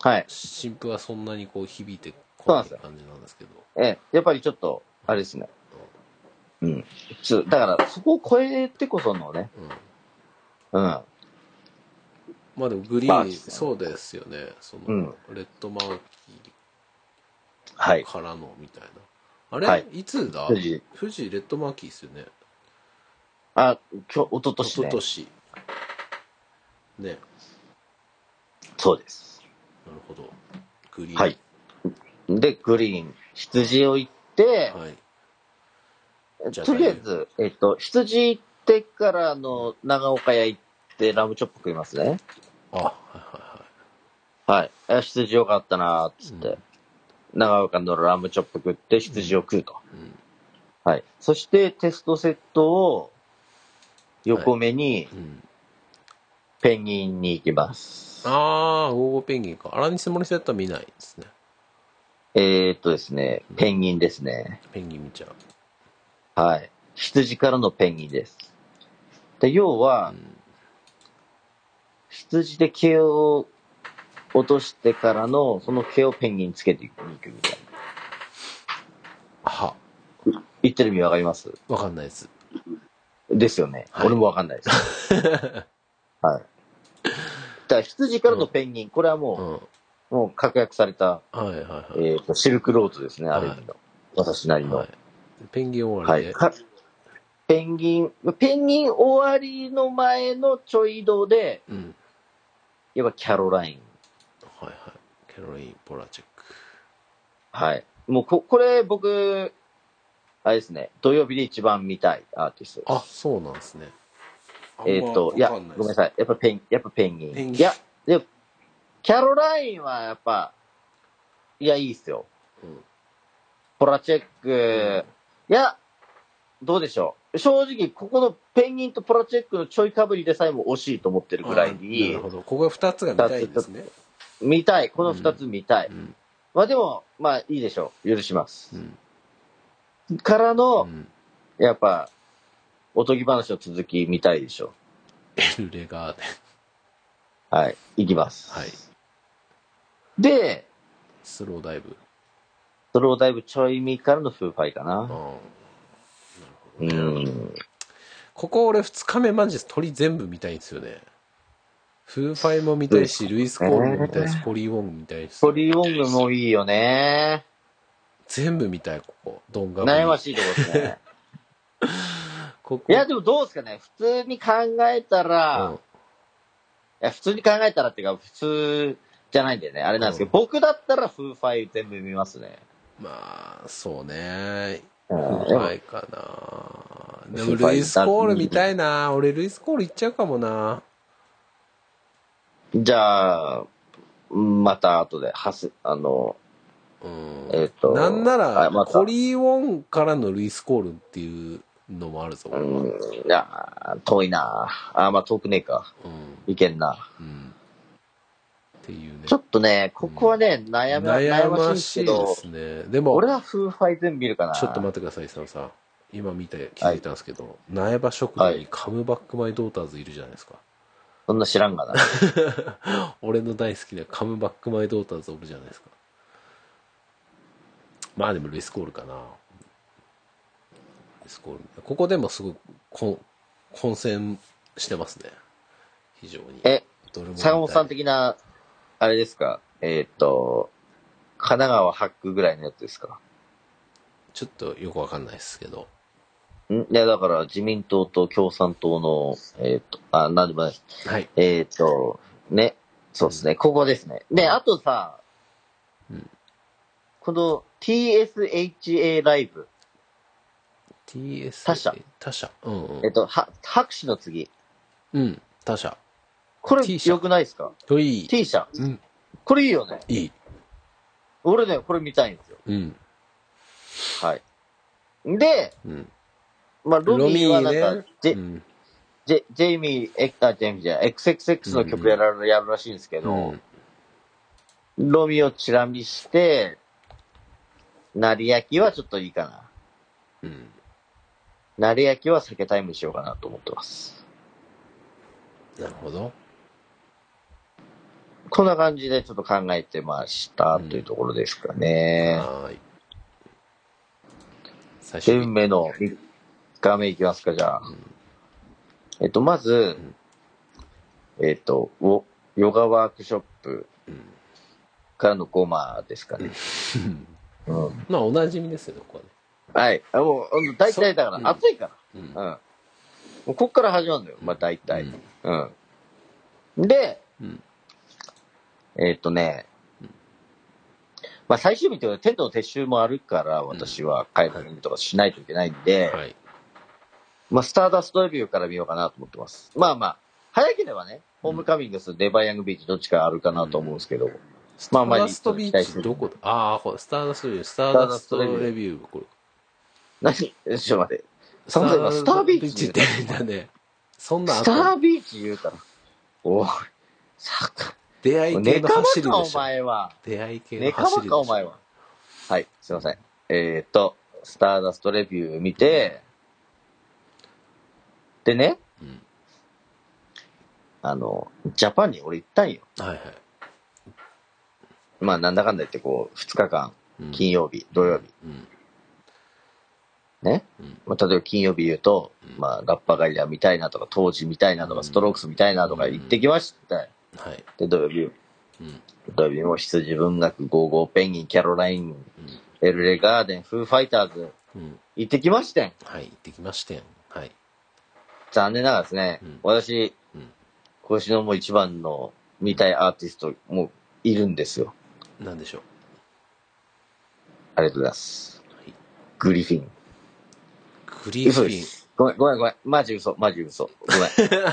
はい。
新婦はそんなにこう響いて
そう
こ
なん
ない
ですよ
感じなんですけど。
ええ、やっぱりちょっと、あれですね。うん。ちょだから、そこを超えてこそのね、
うん、
うん。
まあでもグリ
まあ
ーン、
そう
そうですよね。その、
うん
レッドマー
はい
キー。からのみたいな。あれ、
はい
い、つだ
富士。
富士レッドマーキーですよね。
あ、今日、一昨
一昨
年、ね。
年。ね。なる
そうです。
ほど。グリーン。
はい。。で、グリーン、羊を行って、
はい。じゃあ
とりあえず、えっと、羊行ってから、あの、長岡屋行ってラムチョップ食いますね。
あ、はいはいはい。
はい。あ羊よかったなーっつって、長岡のラムチョップ食って羊を食うと。
うん。
はい。そして、テストセットを、横目に
うん、
ペンギンに行きます。
あー、ゴーゴーペンギンか。アラニス・モリセットは見ないですね。
えー、っとですね、ペンギンですね。
ペンギン見ちゃう。
はい。羊からのペンギンです。で、要は
う、ん
羊で毛を落としてからの、その毛をペンギンにつけていくみたいな。
は、
言ってる意味わかります
わかんないです。
ですよね。
はい
俺もわかんないです。 はい。だから羊からのペンギン、これは
うん。
も
は
う、もう確約された、
いはいはい。
えーと、シルクロードですね、ある意味の。私なりの。
はい、ペンギン終わ
は
りで、
い。かペンギン、ペンギン終わりの前のちょい移動で、
うん
やっぱキャロライン。
はいはいケロリン・ポラチェック
はい。もうこ、これ僕、あれですね、土曜日で一番見たいアーティストです。
あそうなんですね
えっ、と、いや、ごめんなさい。やっぱペン、やっぱペンギン。
ペンギン
いや、でもキャロラインはやっぱ、いや、いいっすよ。
い、
ポラチェック、いや、どうでしょう。正直、ここのペンギンとポラチェックのちょいかぶりでさえも惜しいと思ってるぐらい
あな
に
る、ほどここが2つが見たいですね
見たい。この二つ見たい。
うん
まあでも、まあいいでしょう。許します
う。ん
からの、
うん
やっぱ、おとぎ話の続き見たいでしょ
エルレガーデン
う。はい。いきます。
はい
で、
スローダイブ
スローダイブちょい見からのフーファイかな。
あ
うーん。
ここ俺2日目マジで鳥全部見たいんですよねフーファイも見たいし、ルイス・コールも見たいし、ポリー・ウォンも見たいし、
ポリーウォングもいいよね。
全部見たい、ここ。ドンガブリ
悩ましいとこで すね。
ここ。
いや、でもどうですかね。普通に考えたら、
うん
いや普通に考えたらっていうか、普通じゃないんだよね。あれなんですけど、僕だったらフーファイ全部見ますね。
まあ、そうね。
うん
はいかな。でも、
フーファイ
ルイス・コール見たいな。俺、ルイス・コール行っちゃうかもな。
じゃあ、うんまた後で、はす、あの、
うん。
えっ、と。
なんな
あ
ら、
また
コリー・ウォンからのルイス・コールっていうのもあるぞ、
う
俺は。
ん、いや、遠いなあ、まあ遠くねえか。
うん。
いけんな。
うん。っていうね
ちょ。っとね、ここはね、悩ま悩ましい
で
んですけど、
すね。でも、
俺
ち
はフーファイ全部見るかな。
ょっと待ってください、久野さん。今見て気づいたんですけど、苗場食堂にカムバック・マイ・ドーターズいるじゃないですか。
そんな知らんがな。
俺の大好きなカムバックマイドーターズオブじゃないですか。まあでもルイス・コールかな。ルイス・コール。ここでもすごく混混戦してますね。非常に。
え、
どれも見たい
坂本さん的な、あれですかえーっと、神奈川8区ぐらいのやつですか
ちょっとよくわかんないですけど。
んいや、だから自民党と共産党の、えーっと、あ、なんでもない。
はい。
えーっと、ね、そうですね、ここですね。で、あとさ、
うん
この TSHA ライブ、
TS。
他社。
他社。うんう
えーっ
ん。
と、は、拍手の次。
うん。他社。
これ
T 社
良くないですか
よい。
?T 社。
うん。
これいいよね。
いい。
俺ね、これ見たいんですよ。
うん。
はい。で、
うん。
まあ、ロミーは
ロ
な
ミー
ん
ね
か、ジェ
うん。
ジェジェイミー、え、あ、ジェイミーじゃない、XXX の曲やらやるらしいんですけ
う
ど、
ん
ロミーをチラ見して、成り焼きはちょっといいかな。
うん。
成り焼きは避けタイムにしようかなと思ってます。
なるほど。
こんな感じでちょっと考えてました、
うん
というところですかね。
はーい。最
で
初に
運命の3日目いきますか、じゃあ。えっと、まず、えっと、おヨガワークショップからの5マですかね。うん
まあ、おなじみですよね、ここはね。
はい。あもう、あの大体だ
そ
から、
ううん
暑いか
うん
ら。うん。もうこっから始まるんだよ。まあ大体。うん。で、
うん
えーっ、とね、まあ最終日っていうかテントの撤収もあるから、私は帰るとかしないといけないんで、
はい。
まあスターダストレビューから見ようかなと思ってます。まあまあ、早ければね、ホームカミングス、デバイヤングビーチどっちかあるかなと思うんですけど、
スタ
まあまあ
ーダストビーチどこだああ、これスターダストレビュー、スターダストレビュー、これ。
何、 ちょっと待って、そんな今スタービーチ
って言ったね。そんな
ス
あ
タ
と
ービーチ言うから。おい、さか、
出会い系
ネ
の
カバ
走り
か
で
お
しょ。
前は。
出会い系の
ネカバ
走りでし
か
ょ。
お前は。はい、すいません。えっ、ー、と、スターダストレビュー見て、でね、
うん
あの、ジャパンに俺行ったんよ。
はいはい。
まあ、なんだかんだ言ってこう、2日間、
うん
金曜日、土曜日、
うん。
ね。
うん
まあ、例えば金曜日言うと、
うん
まあ、ラッパガイダー見たいなとか、当時見たいなと
う
か、
ん
ストロークス見たいなとか行ってきましたよ。
はい。
で、土曜日、
うん。
土曜日も羊文学、55、ペンギン、キャロライン、エルレガーデン、フーファイターズ、
うん。うん。
行ってきましたよ。
はい。行ってきましたよ。はい。
残念ながらですね、
うん
私、
うん
今年のもう一番の見たいアーティストもいるんですよ。
なんでしょう。
ありがとうございます。
はい
グリフィン。
グリー
嘘
フ
で
ィン。
す。ごめん、ごめん、ごめん。マジ嘘、マジ嘘。ご めん。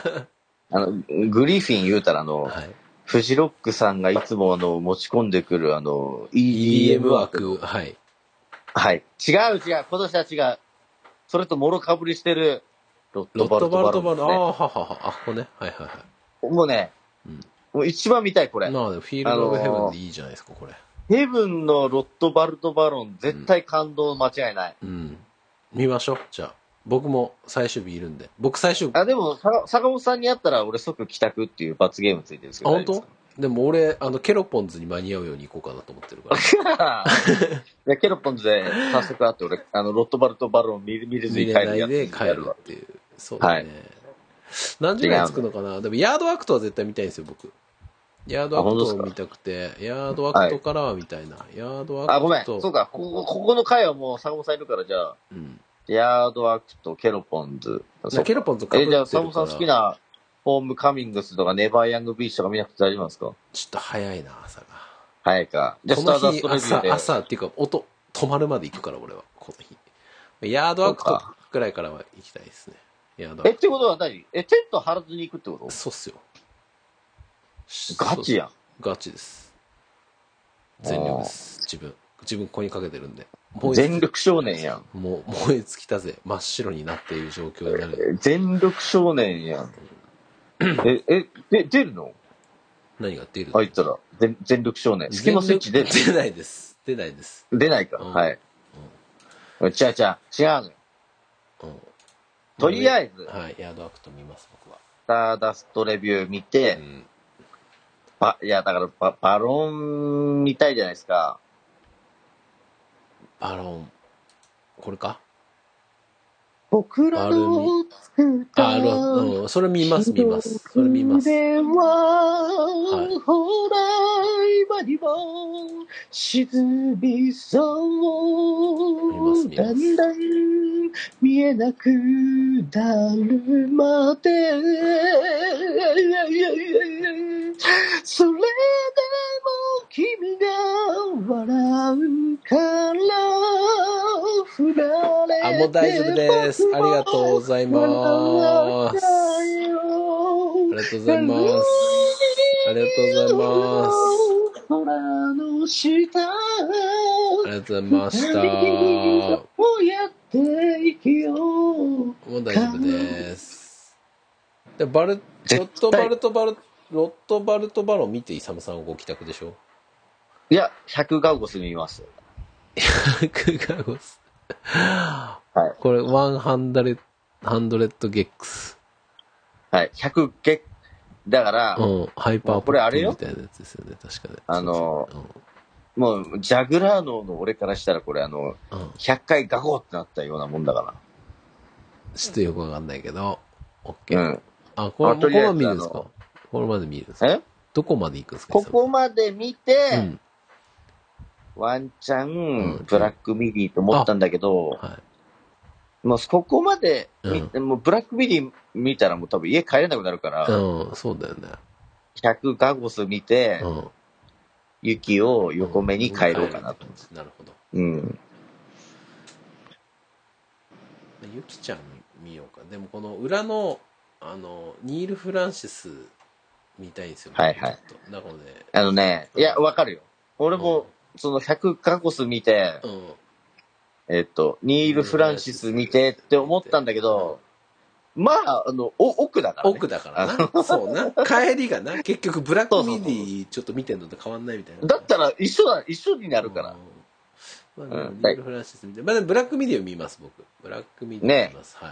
あの、グリフィン言うたらあの、
はい。
フジロックさんがいつもあの、持ち込んでくるあの、
EDM
EDM 枠。
枠。はい。
はい。違う違う。今年は違う。それともろかぶりしてる、ロッ
ロ
ト
ッ
バ
ト
ル
バ
ト
ル
バ
トバ
ルト
ル。ああ、
ね。
ははは。あ、ここね。はいはいはい。
もうね、
うん
もう一番見たい、これ。
まあ、フィールド・オブ・ヘブンでいいじゃないですか、これ。
ヘブンのロットバルトバロン、絶対感動間違いない。
うん。見ましょう、じゃあ。僕も最終日いるんで。僕最終日、あ、
あ、でも、さ坂本さんに会ったら俺即帰宅っていう罰ゲームつ いてるんですけど。
本当でも俺、あの、ケロポンズに間に合うように行こうかなと思って るから。
でケロポンズで早速会って俺、あの、ロットバルトバロン見る見るず
見
に
れ
帰
な
るや
い
つ
で帰
や
る
わ
っていう。そうだね。何時ぐらい着くのかなでも、ヤードアクトは絶対見たいんですよ、僕。ヤードアク
あ本
ト
当です
を
か
見たくて、ヤードアクトからは見たいな。ヤードアクト。
あ、ごめん。そうか、ここ、ここの回はもう坂本さんいるから、じゃあ、
うん。
ヤードアクト、ケロポンズ。そう
ケロポンズかぶっ
え、
て
じゃ
る
あ坂本
か
さ
ら。
ん好きな、ホームカミングスとか、ネバーヤングビーチとか見なくて大丈夫なんですか
ちょっと早いな、朝が。
早いか。じゃあ、
こ
スタ
の
ーダス
日
トレビューで
朝、。朝っていうか、音、止まるまで行くから、俺は、この日。ヤードアク
そう
ト
か
くらいからは行きたいですね。ヤードア
え、っ
ク
てことは何え、テント張らずに行くってこ
ト。
と
そうっすよ。し
ガチやん。
ガチです。全力です。自分。自分ここにかけてるんで。燃え尽き
全力少年やん。
もう燃え尽きたぜ。真っ白になっている状況になる。
え全力少年 やん。え、え、で、出るの
何が出る
あ、言ったら。全全力少年。スキマスイッチ出
全
る
力出ないです。出ないです。
出ないか。
うん
はい。違う違う。違うのよ。
うん
とりあえず、
はい。ヤードアクト見ます、僕は。
ターダストレビュー見て、
うん。
ばいや、だからバ、バロン見たいじゃないですか。
バロン。これか
僕
らの
作っ
あ、あの、うん、それ見ます、見ます。それ見ます。
では、
い
ほら、今にも、沈みそう。
見ま
だ
す見ます
んだん、見えなくなるまで。それでも君が笑うから、振られて
あ、もう大丈夫です。ありがとうございます。ありがとうございます。ありがとうございます。
空の下
ありがとうござい ました。も
をやっていきよう
う大丈夫です。で、バル、ロットバルトバル、ロットバルトバロン見て、イサムさんご帰宅でしょ
いや、100ガウゴス見ます。
クガゴス。
はい。
これ、ワンハンダレ、ハンドレッドゲックス。
はい。100ゲだから、
うん、ハイパー
これあれよ
みたいなやつですよね、確かね。
あの
そう
もう、ジャグラーノの俺からしたらこれあの、
そう、うんうん、
100回ガゴってなったようなもんだか
ちょっとよくわかんないけど、オッケ
ら。
ー。
うん。
あ、これ、
あ
こと
りあ
こ
えず
まで見るんですか
あ
これまで見るんですか
え
どこまで行くんですか
ここまで見て、
イサムうん。
ワンチャ
うん
ン、ブラックミディと思ったんだけど、
はい。
もうここまで見て、もうブラックミディ見たらもう多分家帰れなくなるから、
うん、そうだよね。
100ガゴス見て、
うん。
雪を横目に帰ろうかなと。
なるほど。
うん。
ゆきちゃん見ようか。でもこの裏の、あの、ニール・フランシス見たいんですよ。
はいはい
ちょっと。なので、
あのね、いや、わかるよ。俺も、その100ガゴス見て
う、ん。
えっと、ニール・フランシス見てって思ったんだけど、まあ、あの、お奥だから、ね。
奥だからな。そうな。帰りがな。結局、ブラックミディちょっと見てんのと変わんないみたいな。
だったら一緒だ、一緒になるから。
うん。まあ、でも
うん
ニール・フランシス見て。まあ、でもブラックミディを見ます、僕。ブラックミディを見ます。はい。あ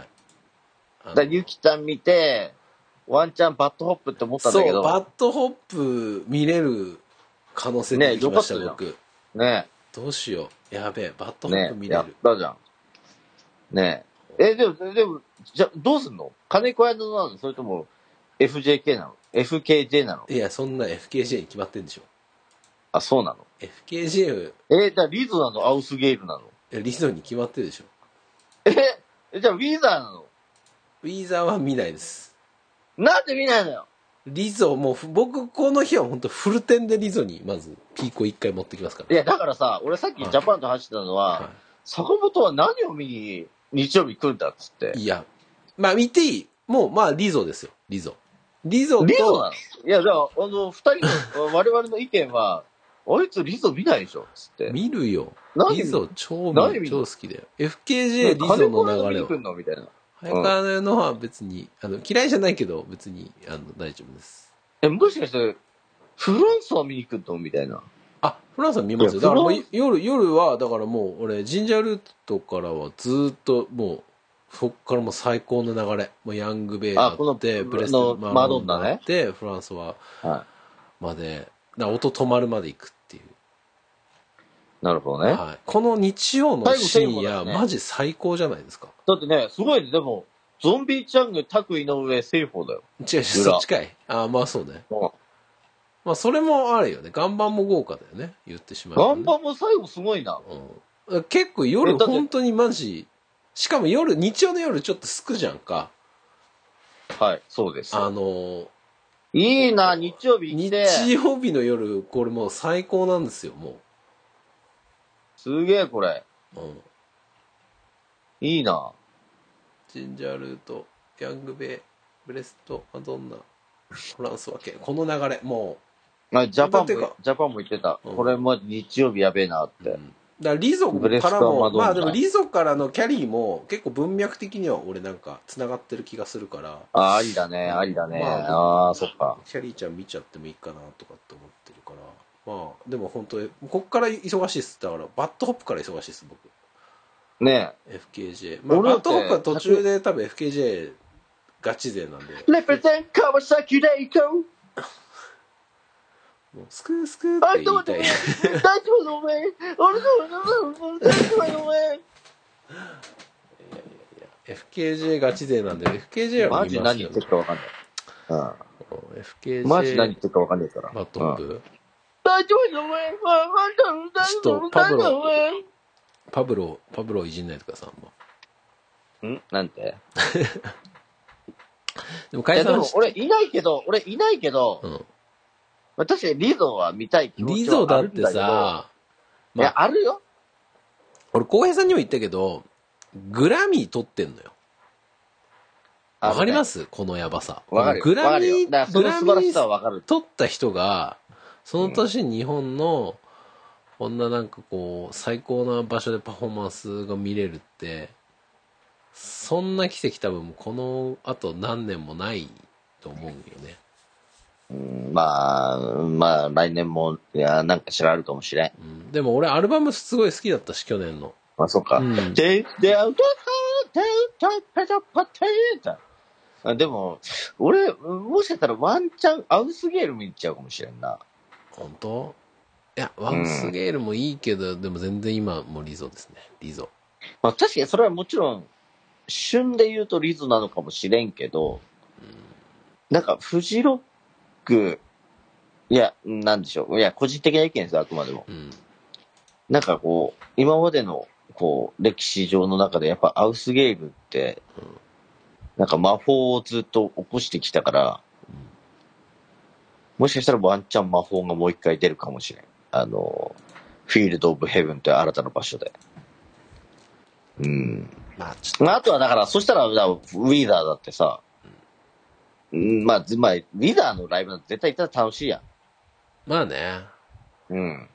だ
の
からゆきちゃん見て、ワンチャンバットホップって思ったんだけ
そう、
ど、
バッドホップ見れる可能性出てきました、
ねよかった
僕。
ね、
どうしよう。やべえ、バッドホッ
ね
プ、見れ
や
る。
ったじゃん。ねえ。え、でも、でも、じゃ、どうすんの金子屋のなのそれとも、FJK なの ?FKJ なの
いや、そんな FKJ に決まってんでしょ。
あ、そうなの
FKJ、
え、じゃあリズなのアウスゲールなの
リゾンに決まってるでしょ。
え、じゃあウィーザーなの
ウィーザーは見ないです。
なんで見ないのよ
リゾもうふ、僕、この日は本当フルテンでリゾに、まず、ピーコ一回持ってきますから。
いや、だからさ、俺さっきジャパンと走ってたのは、
は
坂本は何を見に日曜日来るんだっつって。
い、いや、まあ、見ていい。もう、まあ、リゾですよ。リゾ。リゾと、
リゾなのいや、じゃあ、あの、二人の、 我々の意見は、あいつリゾ見ないでしょっつって。
見るよ。
何
リゾ超
何
見
見
る、
る
超好きだよ。FKJ、リゾの流れ
金子屋見に来
を。
んのみたいな。
早川ののは別に、あの、嫌いじゃないけど、別に、あの、大丈夫です。
え、もしかして、フランスは見に来るのみたいな。
あ、フランスは見ますよ。
い
だ
や
からもう
フラン
夜、夜は、だからもう俺、ジンジャールートからはずーっともう、そっからもう最高の流れ。もうヤングベイや
あこの
って、ブレス
の
マ
マ
ド
ド
ン
ン
ナ
ナ
や
ね
って、フランスは
は
まで、な音止まるまで行くっていう。
い。なるほどね。
はい、この日曜の
最後
深
最後
夜、
だね
マジ最高じゃないですか。
だってね、すごいね、でも、ゾンビチャング、タク井上、セイフォーだよ。
違う違う、そっちかい。あーまあそうね。まあそれもあるよね。岩盤も豪華だよね。言ってしまえば
ガ
ね
ンバも最後すごいな。
うん、結構夜
えだって
本当にマジしかも夜日曜の夜ちょっとすくじゃんか
はい、そうです。
あの
いいな、日曜日行って。
日曜日の夜これもう最高なんですよも
すげえ、これ。
う、うん、
いいな。
ジンジャールートギャングベイブレストマドンナフランスワケこの流れも
あジャパンも、
だ
ジ
ってか
ャパンも言ってた。
うん
これも日曜日やべえなっ
う、う
て。
んだからリゾ
ブレス
か
ト
ら
マ
も
ドンナ
まあでもリゾからのキャリーも結構文脈的には俺なんかつながってる気がするから
あ、ありだね、
うん
ありだね。
まあ
ああ、そっか。
キャリーちゃん見ちゃってもいいかなとかって思ってるからまあでも本当にこっから忙しいっすだからバットホップから忙しいっす僕
ね
FKJ まあ
俺だ
バッ
って
トホップは途中で多分 FKJ ガチ勢なんで、
レプレゼン川崎レイコ
もうスクースクーっ
あ
て
いど
言いうたい
でも。大丈夫だお前俺の大丈夫だお前
FKJ ガチ勢なんで、FKJ は
マ
見
ジ
ま
何
す
言
よ
ってるか分かんない。うん
FKJ
マジ何言ってるか分かんないから。
バトンプ、
大丈夫だお前
ちょっとパブロパブロ、パブロいじんないでください、あんま。
んなんて
でも
い
解
やで
散
も
し、
俺いないけど、俺いないけど、
うん。
まあ確かにリゾは見たい気持
リ
ちは
ゾだ
あ
っ
るん
て
だけど。
さ、
いや、あるよ。
俺、浩平さんにも言ったけど、グラミー取ってんのよ。わかりますすこのやばさ。
わかるよ。
グラミ
わかるよだから
ー、
そ
グ
の
ラ
素
ミ
晴らしさは
ー
わかる。
取った人が、その年日本の、こんななんかこう、最高な場所でパフォーマンスが見れるって、そんな奇跡多分この後何年もないと思うよね。
うんまあ、まあ、来年も、いや、なんか知られるかもしれん。
うん、でも俺アルバムすごい好きだったし、去年の。
まあ、そっか。
うん
で、で、あ、どうで、ペタパテーだ。あでも、俺、もしかしたらワンチャン、アウスゲール見ちゃうかもしれんな。
本当いや、ワンスゲールもいいけど、でも全然今もうリゾですね。リゾ。
まあ、確かにそれはもちろん、旬で言うとリズなのかもしれんけど、なんか、フジロック、いや、なんでしょう。いや、個人的な意見ですよ、あくまでも。
うん。
なんかこう、今までの、こう、歴史上の中で、やっぱアウスゲールって、なんか魔法をずっと起こしてきたから、もしかしたらワンチャン魔法がもう一回出るかもしれん。あの、フィールド・オブ・ヘブンという新たな場所で。うん。
まあちょっ
まあ、あとはだから、そしたら、だウィーダーだってさ、うん、まあ、ずまあ、ウィーダーのライブなんて絶対行ったら楽しいや
と、まあね。
ん。うん。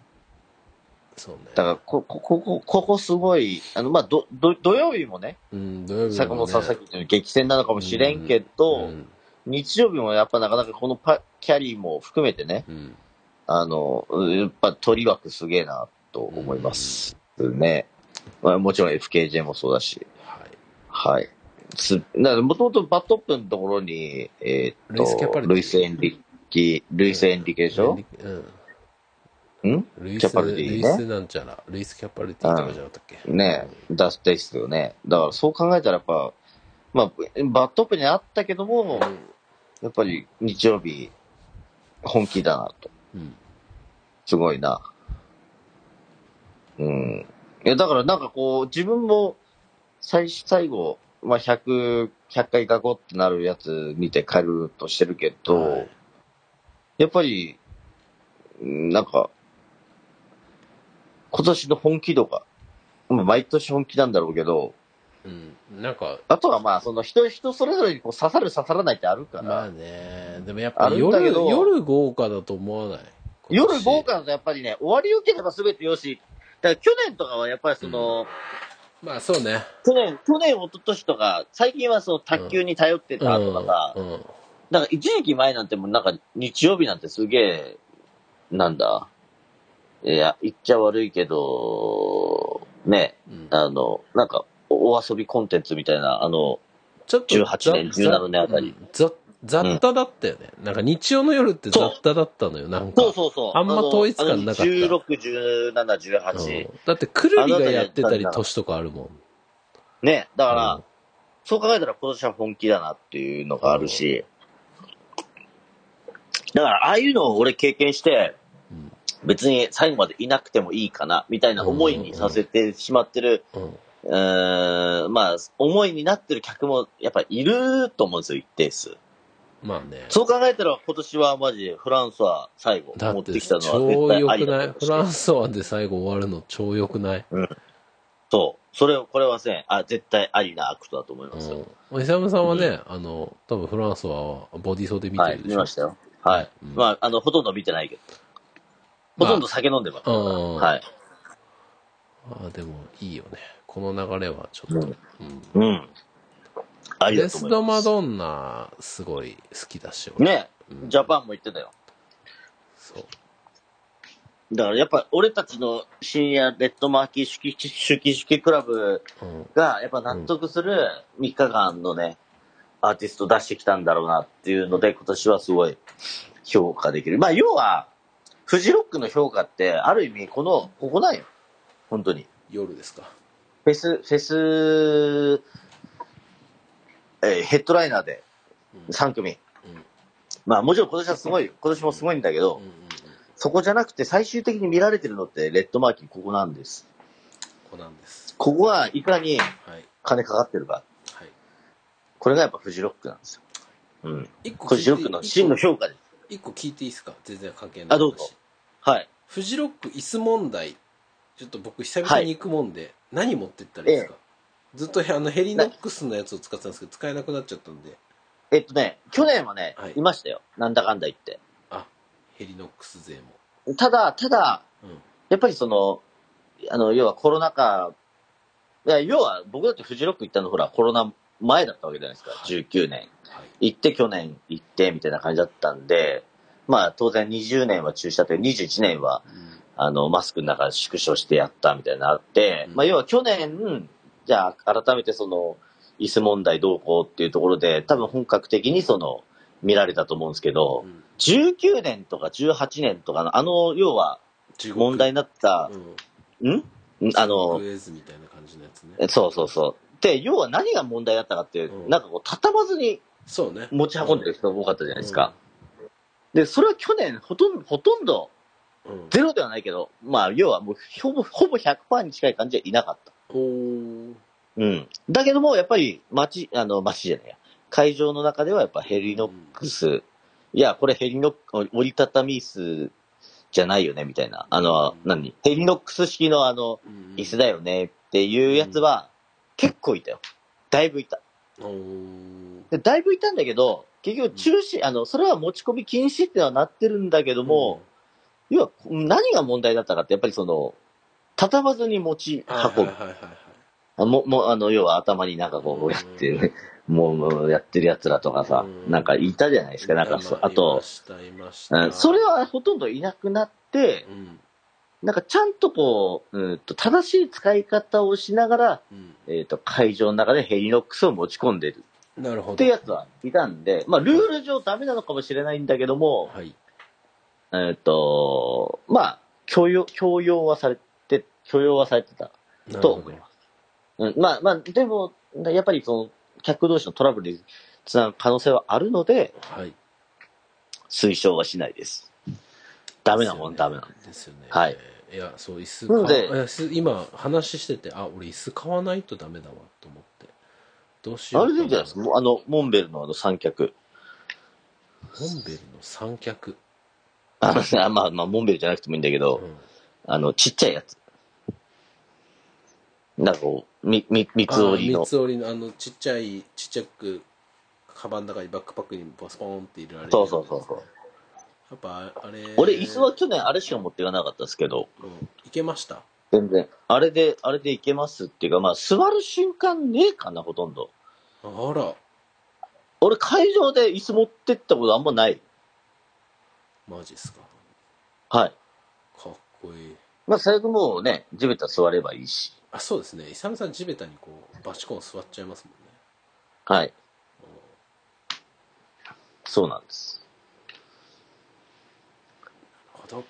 そうね。
だからこ、こ、ここ、ここすごい、あの、まあ、ど、ど、土曜日もね、
うん、土曜日もね
坂本さんさっき言ったように激戦なのかもしれんけど、
うん
日曜日もやっぱなかなかこのパキャリーも含めてね、
うん
あの、やっぱ取り枠すげえなと思いますね。まあ、もちろん FKJ もそうだし、
はい。
はい。すもともとバットップのところに、えーっ
ルイスキャパ
と、
ルディ
ルイス・エンリッキ、ルイス・エンリケでしょ、
うん。
うん
ルイス、
キャパルディね
ルイスなんちゃら、ルイスキャパルティとかじゃなかったっけ、
ねえ、だですよね。だからそう考えたらやっぱ、まあ、バットップにあったけども、やっぱり日曜日、本気だなと。
うん。
すごいな。うん。いや、だからなんかこう、自分も、最初、最後、まあ、100、100回書こうってなるやつ見て帰るとしてるけど、
はい
やっぱり、うんなんか、今年の本気度が、まあ、毎年本気なんだろうけど、
うん。なんか、
あとはまあ、その人、人それぞれにこう刺さる刺さらないってあるから、
まあね、でもやっ
あ
ぱ
るんだ
夜、
けど
夜豪華だと思わない
夜豪華だとやっぱりね、終わりよければ全てよし。だから去年とかはやっぱりその、
まあそうね。
去年、去年、一昨年とか、最近はその卓球に頼ってたとかさ、
うん。うん
なんか一時期前なんてもうなんか日曜日なんてすげえ、なんだ、いや、言っちゃ悪いけど、ね、
うん
あの、なんかお遊びコンテンツみたいな、あの、
ちょっと
18年17年あたり。
ざざ雑多だったよね、なんか日曜の夜って雑多だったのよ、なんか。
そうそうそう。
あんま統一感なかった
あの16、17、18。
うんだって、くるりがやってたり
あなたがやったんだ
年とかあるもん。
ね、だから、
うん
そう考えたら今年は本気だなっていうのがあるし、だからああいうのを俺経験して
うん、
別に最後までいなくてもいいかな、みたいな思いにさせてしまってる、
うん。
うーん、まあ、思いになってる客もやっぱいると思うんですよ、一定数。
まあね。
そう考えたら今年はマジでフランスは最後
だ
持
っ
って
て
きたの
超
は絶対
良
あり
く
だ
な
と
い
思うし
フランソワで最後終わるの超良くない
そう。それ、これはね、あ、絶対ありなアクトだと思いますよ。
うん。イサムさんはね、あの、多分フランソワはボディソーで見て
は
る
い、
でし
見
ょ。
ましたよ。はい。
うん
まあ、あの、ほとんど見てないけど。ほとんど酒飲んでます。
まあうん
はい。
ああ、でもいいよね。この流れはちょっと。うん。
うん。あり
デ
がとう
ス・
ござ
ド・
いま
マ
す。
ドンナ、すごい好きだし、俺。
ね
うん
ジャパンも行ってたよ。
そう。
だからやっぱ俺たちの深夜レッドマーキー手記手記手記クラブ
うん。
がやっぱ納得する3日間のね、アーティスト出してきたんだろうなっていうので、今年はすごい評価できる。まあ、要は、フジロックの評価って、ある意味、この、ここなんよ。本当に。
夜ですか。
フェス、フェス、えーヘッドライナーで
うん
3組。
うん
まあ、もちろん今年はすごいよ、今年もすごいんだけど、
うんうんうん
そこじゃなくて最終的に見られてるのって、レッドマーキンここなんです。
ここなんです。
ここはいかに
はい。
金かかってるか。
はい。
これがやっぱフジロックなんですよ。うん。
一個
これフジロックの真の
一個
評価です。
一個聞いていいですか全然関係ない。
あどうぞ。はい。
フジロック椅子問題、ちょっと僕久々に行くもんで、何持ってったらいいですか、ずっとあのヘリノックスのやつを使ってたんですけど、使えなくなっちゃったんで、
えっとね、去年はね、
はい
い、ましたよ。なんだかんだ言って。
あ、ヘリノックス勢も。
ただ、ただ、
うん。
やっぱりその、あの、要はコロナ禍、いや、要は僕だってフジロック行ったのほら、コロナ前だったわけじゃないですか。19年。
はい。
行って去年行ってみたいな感じだったんで、まあ当然20年は中止だったけど、21年は
うん
あのマスクの中縮小してやったみたいなのあって、
うん
まあ要は去年、じゃあ改めてその椅子問題どうこうっていうところで、多分本格的にその見られたと思うんですけど
う、ん。
19年とか18年とかのあの要は
地獄
問題になった
う、ん。
んあの
ク、エズみたいな感じのやつね。
そうそうそう。で、要は何が問題だったかっていう、
うん
なんかこう畳まずに
そうね。
持ち運んでる人が多かったじゃないですか。で、それは去年、ほとんど、ほとんど、
うん。うん。
ゼロではないけど、まあ、要はもう、ほぼ、ほぼ100%に近い感じはいなかった。
おー
うん。だけども、やっぱり、街、あの、街じゃないや。会場の中ではやっぱヘリノックス、いや、これヘリノック、折りたたみ椅子じゃないよね、みたいな。あの、何ヘリノックス式のあの、
うん
椅子だよね、っていうやつは、結構いたよ。だいぶいた。
おー
でだいぶいたんだけど、結局中止、あの、それは持ち込み禁止ってのはなってるんだけども、要は、何が問題だったかって、やっぱりその、畳まずに持ち
はいはい
運ぶ
はいはいはい。
あ。も、 も、あの、要は頭になんかこうやってる、 もう、もうやってる奴らとかさ、
うん
なんかいたじゃないですか。なんかそ、あと、うんそれ
は、
はほとんどいなくなって
う、ん。
なんかちゃんとこう、うんと、正しい使い方をしながら、
うん。
えっ、と、会場の中でヘリノックスを持ち込んでる
なるほど。
っていうやつはいたんで、まあ、ルール上ダメなのかもしれないんだけども、
はい。
えっ、と、まあ、強要、強要はされて、強要はされてた。
なるほ
と
ど
思います。うん、まあまあ、でも、やっぱりその、客同士のトラブルにつながる可能性はあるので、
はい。
推奨はしないです。ダメなもん、ダメなもん。
ですよね。
はい。
いや、そう、椅子
なので
買わいやす今、話してて、あ、俺椅子買わないとダメだわ、と思って。どうしよう
あ
と
れでい
思って。
いんじゃないですかもうあの、モンベルのあの三脚。
モンベルの三脚。
あの、まあまあ、モンベルじゃなくてもいいんだけ
う
ど、
ん
あの、ちっちゃいやつ。なんかこう、み、み、三つ折り
あ
の
三。つ折りの、あの、ちっちゃい、ちっちゃく、カバンの中にバックパックにバスポーンって入れられる。
そうそうそうそう。
やっぱ、あれ。
俺、椅子は去年あれしか持っていかなかったですけど、
うん、いけました。
全然。あれで、あれでいけますっていうか、まあ、座る瞬間ねえかな、ほとんど。
あら、
俺会場で椅子持ってったことあんまない。
マジっすか。
はい。
かっこいい。
まあ最悪もうね、地べた座ればいいし。
あ、そうですね。イサムさん地べたにこう、バチコン座っちゃいますもんね。
はい。そうなんです。
なるほど。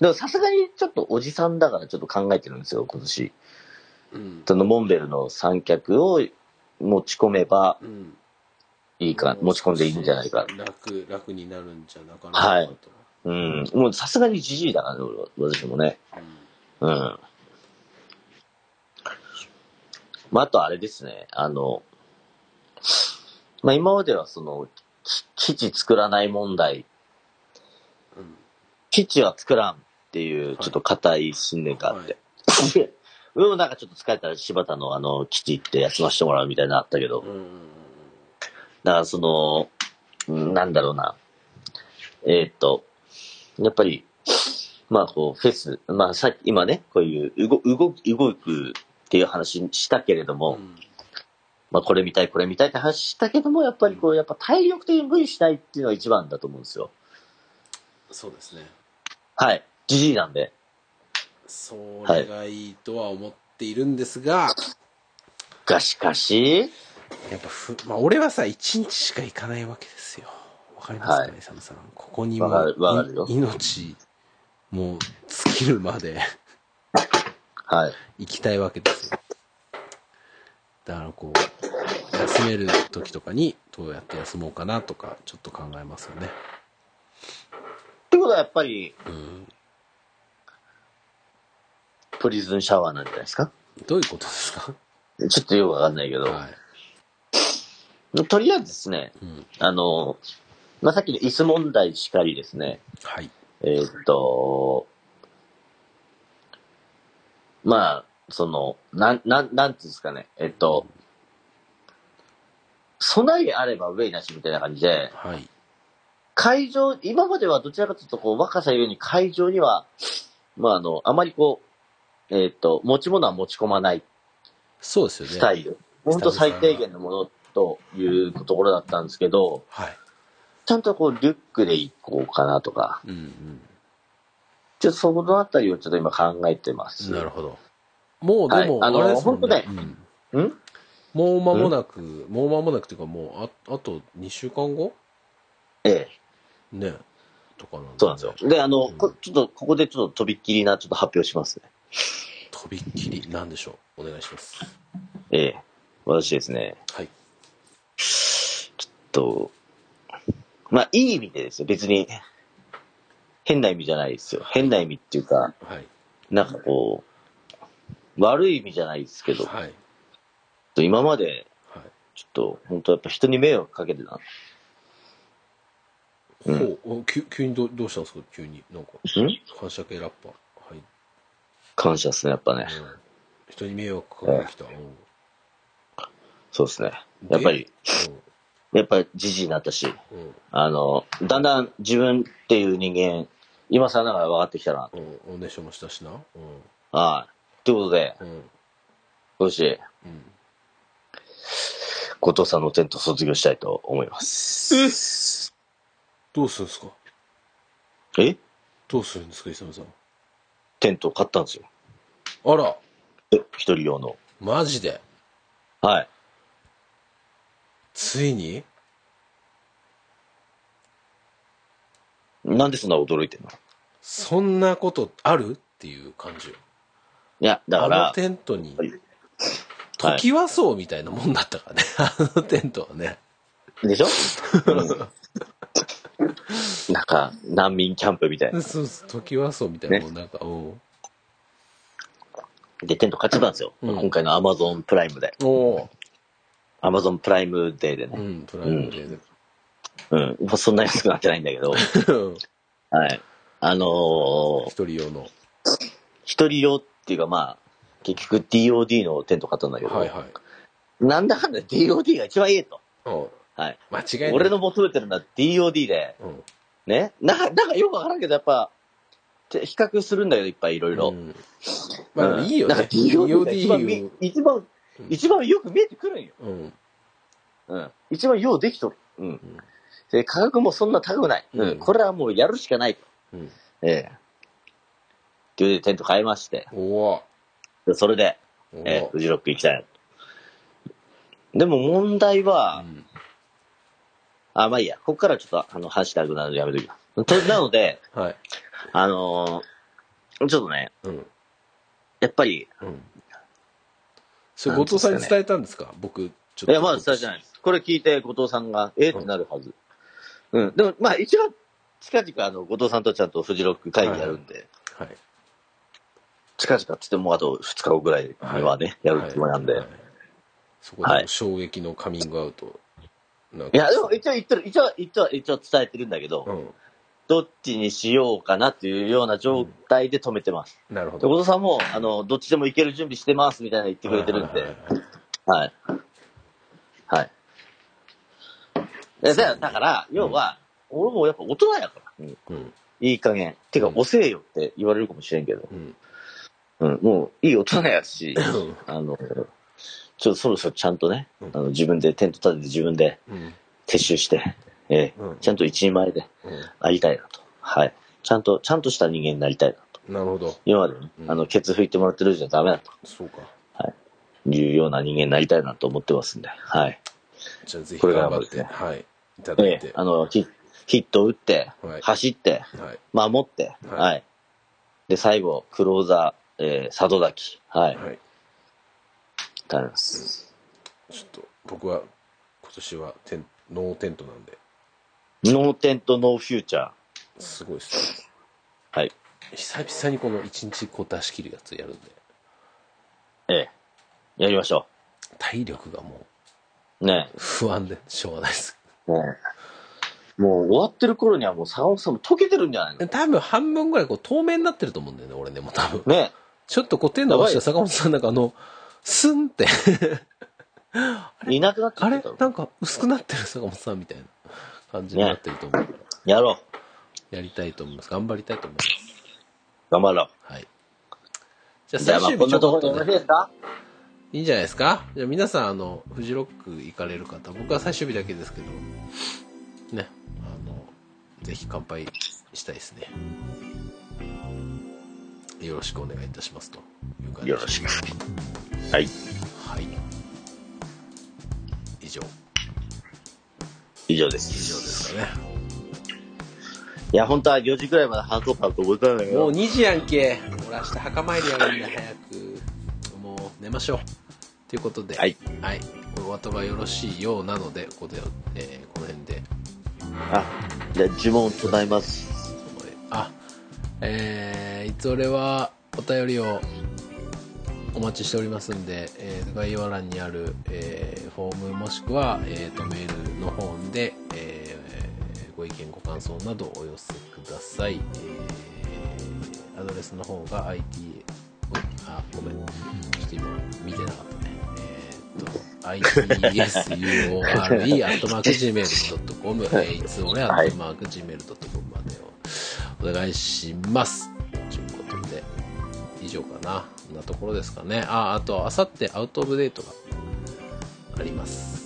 でもさすがにちょっとおじさんだからちょっと考えてるんですよ、今年。
うん。
そのモンベルの三脚を持ち込めば
うん。
いいか、持ち込んでいいんじゃないか。
楽、楽になるんじゃなかな
はい
かと。
うん。もうさすがにじじいだからね、俺は私もね。
うん
うん。まああとあれですね、あの、まあ今まではその、き基地作らない問題
うん。
基地は作らんっていう、
い
ちょっと固い信念があって。 でもなんかちょっと疲れたら柴田のあの、基地行って休ませてもらうみたいなのあったけど、
うんうんうん
だからその、うんなんだろうな。えーっと、やっぱり、まあこう、フェス、まあさっき、今ね、こういう動、動き、動くっていう話したけれど
う
も、
ん。
まあこれ見たい、これ見たいって話したけども、やっぱりこう、やっぱ体力的に無理しないっていうのが一番だと思うんですよ。
そうですね。
はい。じじいなんで。
それがいいとは思っているんですが、
がしかし、
やっぱふ、まあ、俺はさ、一日しか行かないわけですよ。わかりますかね、
は
サムさん。ここに
わかるわかるよ
い命、もう、尽きるまで
はい。
行きたいわけですよ。だからこう、休める時とかに、どうやって休もうかなとか、ちょっと考えますよね。
ってことはやっぱり、
うん。
プリズンシャワーなんじゃないですか
どういうことですか
ちょっとよくわかんないけど、
は
とりあえずですね、
い。うん。
あの、まあ、さっきの椅子問題しかりですね、
はい。
えーっと、まあ、その、なん、なん、なんていうんですかね、えっと、備えあれば憂いなしみたいな感じで、
はい。
会場、今まではどちらかというと、こう、若さゆえに会場には、まあ、あの、あまりこう、えーっと、持ち物は持ち込まない
そうですよね。
スタイル。本当最低限のものというところだったんですけど、
はい。
ちゃんとこうリュックで行こうかなとか、
うんうん。
ちょっとそのあたりをちょっと今考えてます。
なるほど。もうでも、
はいあの
れですもんね
ほ
うん
ど。ん
もう間もなく、もう間もなくっていうか、もうあ、あと2週間後
ええ、
ね。とかなんだね
そうなんですよ。で、あの、
うん
こちょっとここでちょっととびっきりなちょっと発表しますね。
とびっきり、なんでしょう。お願いします。
ええ、私ですね、
はい。
と、まあいい意味でですよ。別に、変な意味じゃないですよ。変な意味っていうか、
はい。
なんかこう、悪い意味じゃないですけど、
はい。
今まで
はい。
ちょっと、本当やっぱ人に迷惑かけてた。うん
ほうお急急にどどうしたんですか急に。なんか、
ん
反射系ラッパー。はい。
感謝ですね、やっぱね。
うん人に迷惑かけてきた。うん
そうですね。やっぱり、やっぱりじじいになったし、
うん。うん。
あの、だんだん自分っていう人間、今更ながら分かってきたな。
うん。おねしょもしたしな。うん。
ああ。ということで、
うん。
今年、
うん。
後藤さんのテント卒業したいと思います。
どうするんですか
え
どうするんですか、イサムさん。
テント買ったんですよ。
あら、
え一人用の。
マジで。
はい。
ついに
なんでそんな驚いてんのい
そんなことあるっていう感じよ。
や、だか
あ
ら
の、テントに
はい、
トキワ荘みたいなもんだったからね、あのテントはね。
で しょ、うんなんか、難民キャンプみたいな。
そうそう、トキワ荘みたいなもん、なんか、おう
で、テント買っちゃったんですよ。
うん
今回の Amazon プライムで。
お
Amazon プライムデーで
う、う
ね。
ん、プライムデーで。
うん。まあそんな安くなってないんだけど。はい。あのー
一人用の。
一人用っていうかまあ、結局 DOD のテント買ったんだけど、
はいはい。
なんだかんだ DOD が一番いいと。
おう
はい。
間違いない。
俺の求めてるのは DOD で、
うん、
ね。なんか、なんかよくわからんけど、やっぱ、て比較するんだけど、いっぱいいろいろ
う。んまあ、でもいいよ
うんなん
ね。
か DOD が一番み
DOD を、
一番
うん、
一番よく見えてくるんよ。
うん。
うん。一番ようできとる。うん。で、価格もそんな高くない。
うん
うん。これはもうやるしかないと。
うん。
ええ。ということでテント買いまして、
おぉ。
でそれで、
お
えー
ぉ
フジロック行きたいなでも問題は、
うん
あ、まあいいや、ここからちょっと、あの、話したくなるのでやめときます。となので、
はい。
あのーちょっとね、
うん。
やっぱり、
うん。それ、後藤さんに伝えたんですか僕、ちょっ
い
と。
や、まだ伝えてないです。これ聞いて、後藤さんが、えーってなるはず。うん、でも、まあ一応、近々、あの、後藤さんとちゃんとフジロック会議やるんで、
はい。
近々っつってもうあと2日後ぐらいにはね、やるつもりなんで。
はい
い、
そこで衝撃のカミングアウト。なんか
や、でも一応言ってる、一応、一応、一応伝えてるんだけど、
うん。
どっちにしようかなっていうような状態で止めてます。
なるほ
で、
ど。
後藤さんも、あの、どっちでも行ける準備してますみたいなの言ってくれてるん
はいはい
で、
はいはい
はい。はい。でだだから、要は、俺もやっぱ大人やから、うん
うん。
いい加減。てか
う、ん
遅えよって言われるかもしれんけど、
うん。
うん、もういい大人やし、あの、ちょっとそろそろちゃんとね
うん、
あの自分でテント立てて自分で
うん。
撤収して、ええ
うん
ちゃんと一人前でありたいなと。はい。ちゃんと、ちゃんとした人間になりたいなと。
うんなるほど。
今まで、
うん
あの、ケツ拭いてもらってるじゃダメだと。
そうか。
いうような人間になりたいなと思ってますんで、はい。
じゃあぜひ
これから
頑張
も
って、
ですね
はい。いただい
え
て。
え、あの、ヒヒット打って、
はい
走って、
はい。
守って、
は
はいい。で、最後、クローザー、えー、里崎。はい。
はい。
頼みます。
ちょっと、僕は、今年はテン、ノーテントなんで、
ノーテンとノーフューチャー。
すごいっすね。
はい。
久々にこの一日こう出し切るやつやるんで、
ええ。やりましょ
体力がも
う。ね
う不安でしょうがないです。
え。ねえ。もう終わってる頃にはもう坂本さんも溶けてるんじゃないの
多分半分ぐらいこう透明になってると思うんだよね、俺ね、もう多分。
ね
ちょっとこう手伸ばしたら坂本さんなんかあの、スンって、
え。いなくなって
あ
き
れ
てたの
なんか薄くなってる坂本さんみたいな感じになってると思うから。
やろう。
やりたいと思います。頑張りたいと思います。
頑張ろう。
はい。じゃあ
じゃ
最
あまあ
終
こ
日
ん
ちょ
なとこ
こ
ろ
っ
でよ
とね、
ろしいですか
いいんじゃないですかじゃあ皆さん、あの、フジロック行かれる方、僕は最終日だけですけど、ね、あの、ぜひ乾杯したいですね。よろしくお願いいたしますという感じで
よろしく。はい。
はい。以上、
以上で。
以上ですすかね。
いや、本当は4時くらいまでハードパーと思ったんだけ
もう
ど。
2時やんけ。俺明日墓参りやるんで早く。もう寝ましょう。ということで、
はい。
はい。お後がよろしいようなので、ここで、えーこの辺で、
あ、じゃあ呪文唱えます。
ここであ、えー、いつ俺はお便りをお待ちしておりますんで、えー概要欄にある、えーフォームもしくは、えーとメールの方で、えーご意見ご感想などお寄せください、えーアドレスの方が IT あごめんちょっと今見てなかったねえーと itsure.gmail.com いつ俺 .gmail.com までをお願いしますということで以上かなこんなところですかねああとあさってアウトオブデートがあります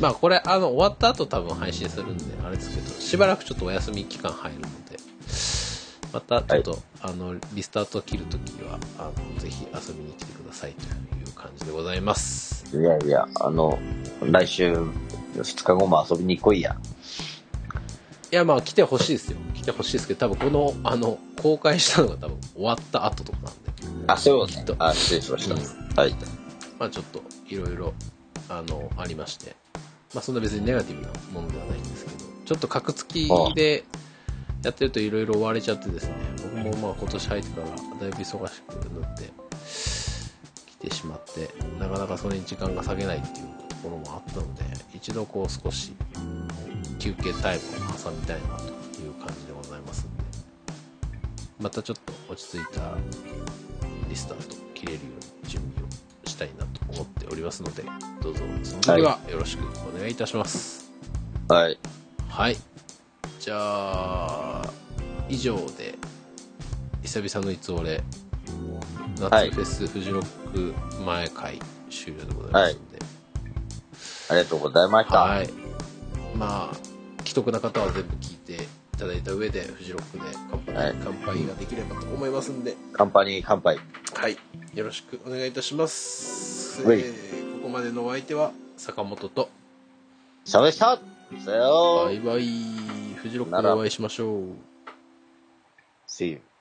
まあこれあの終わった後多分配信するんであれですけどしばらくちょっとお休み期間入るのでまたちょっと、あのリスタートを切るときはあのぜひ遊びに来てくださいという感じでございます
いやいや、あの、来週、2日後も遊びに来いや。
いやまあ来てほしいですよ来てほしいですけど多分このあの公開したのが多分終わった後とかなんで
あ、そういうこと
きっ
ね
と。
あ、失礼しました。はい。
まあちょっといろいろあのありまして、まあそんな別にネガティブなものではないんですけど、ちょっと格付きでやってるといろいろ追われちゃってですね、僕もまあ今年入ってからだいぶ忙しくなってきてしまって、なかなかそれに時間が割けないっていうところもあったので、一度こう少し休憩タイムを挟みたいなという感じでございますんで、またちょっと落ち着いたリスタート切れるように準備をしたいなと思っておりますのでどうぞその時はよろしくお願いいたします
はい。
はい、じゃあ以上で久々のいつ俺
は
夏
い
フェスフジロック前回終了でございますので、
ありがとうございました。
は。
はい
まあ、既得な方は全部聞いていただいた上で、フジロックで乾杯,、
はい
乾杯ができればと思いますんで、
乾杯に乾杯。
はい。よろしくお願いいたします。え
はい
ーここまでのお相手は、坂本と、
しゃべしたさよ
バ
う
イバイ。フジロックでお会いしましょう。
See you.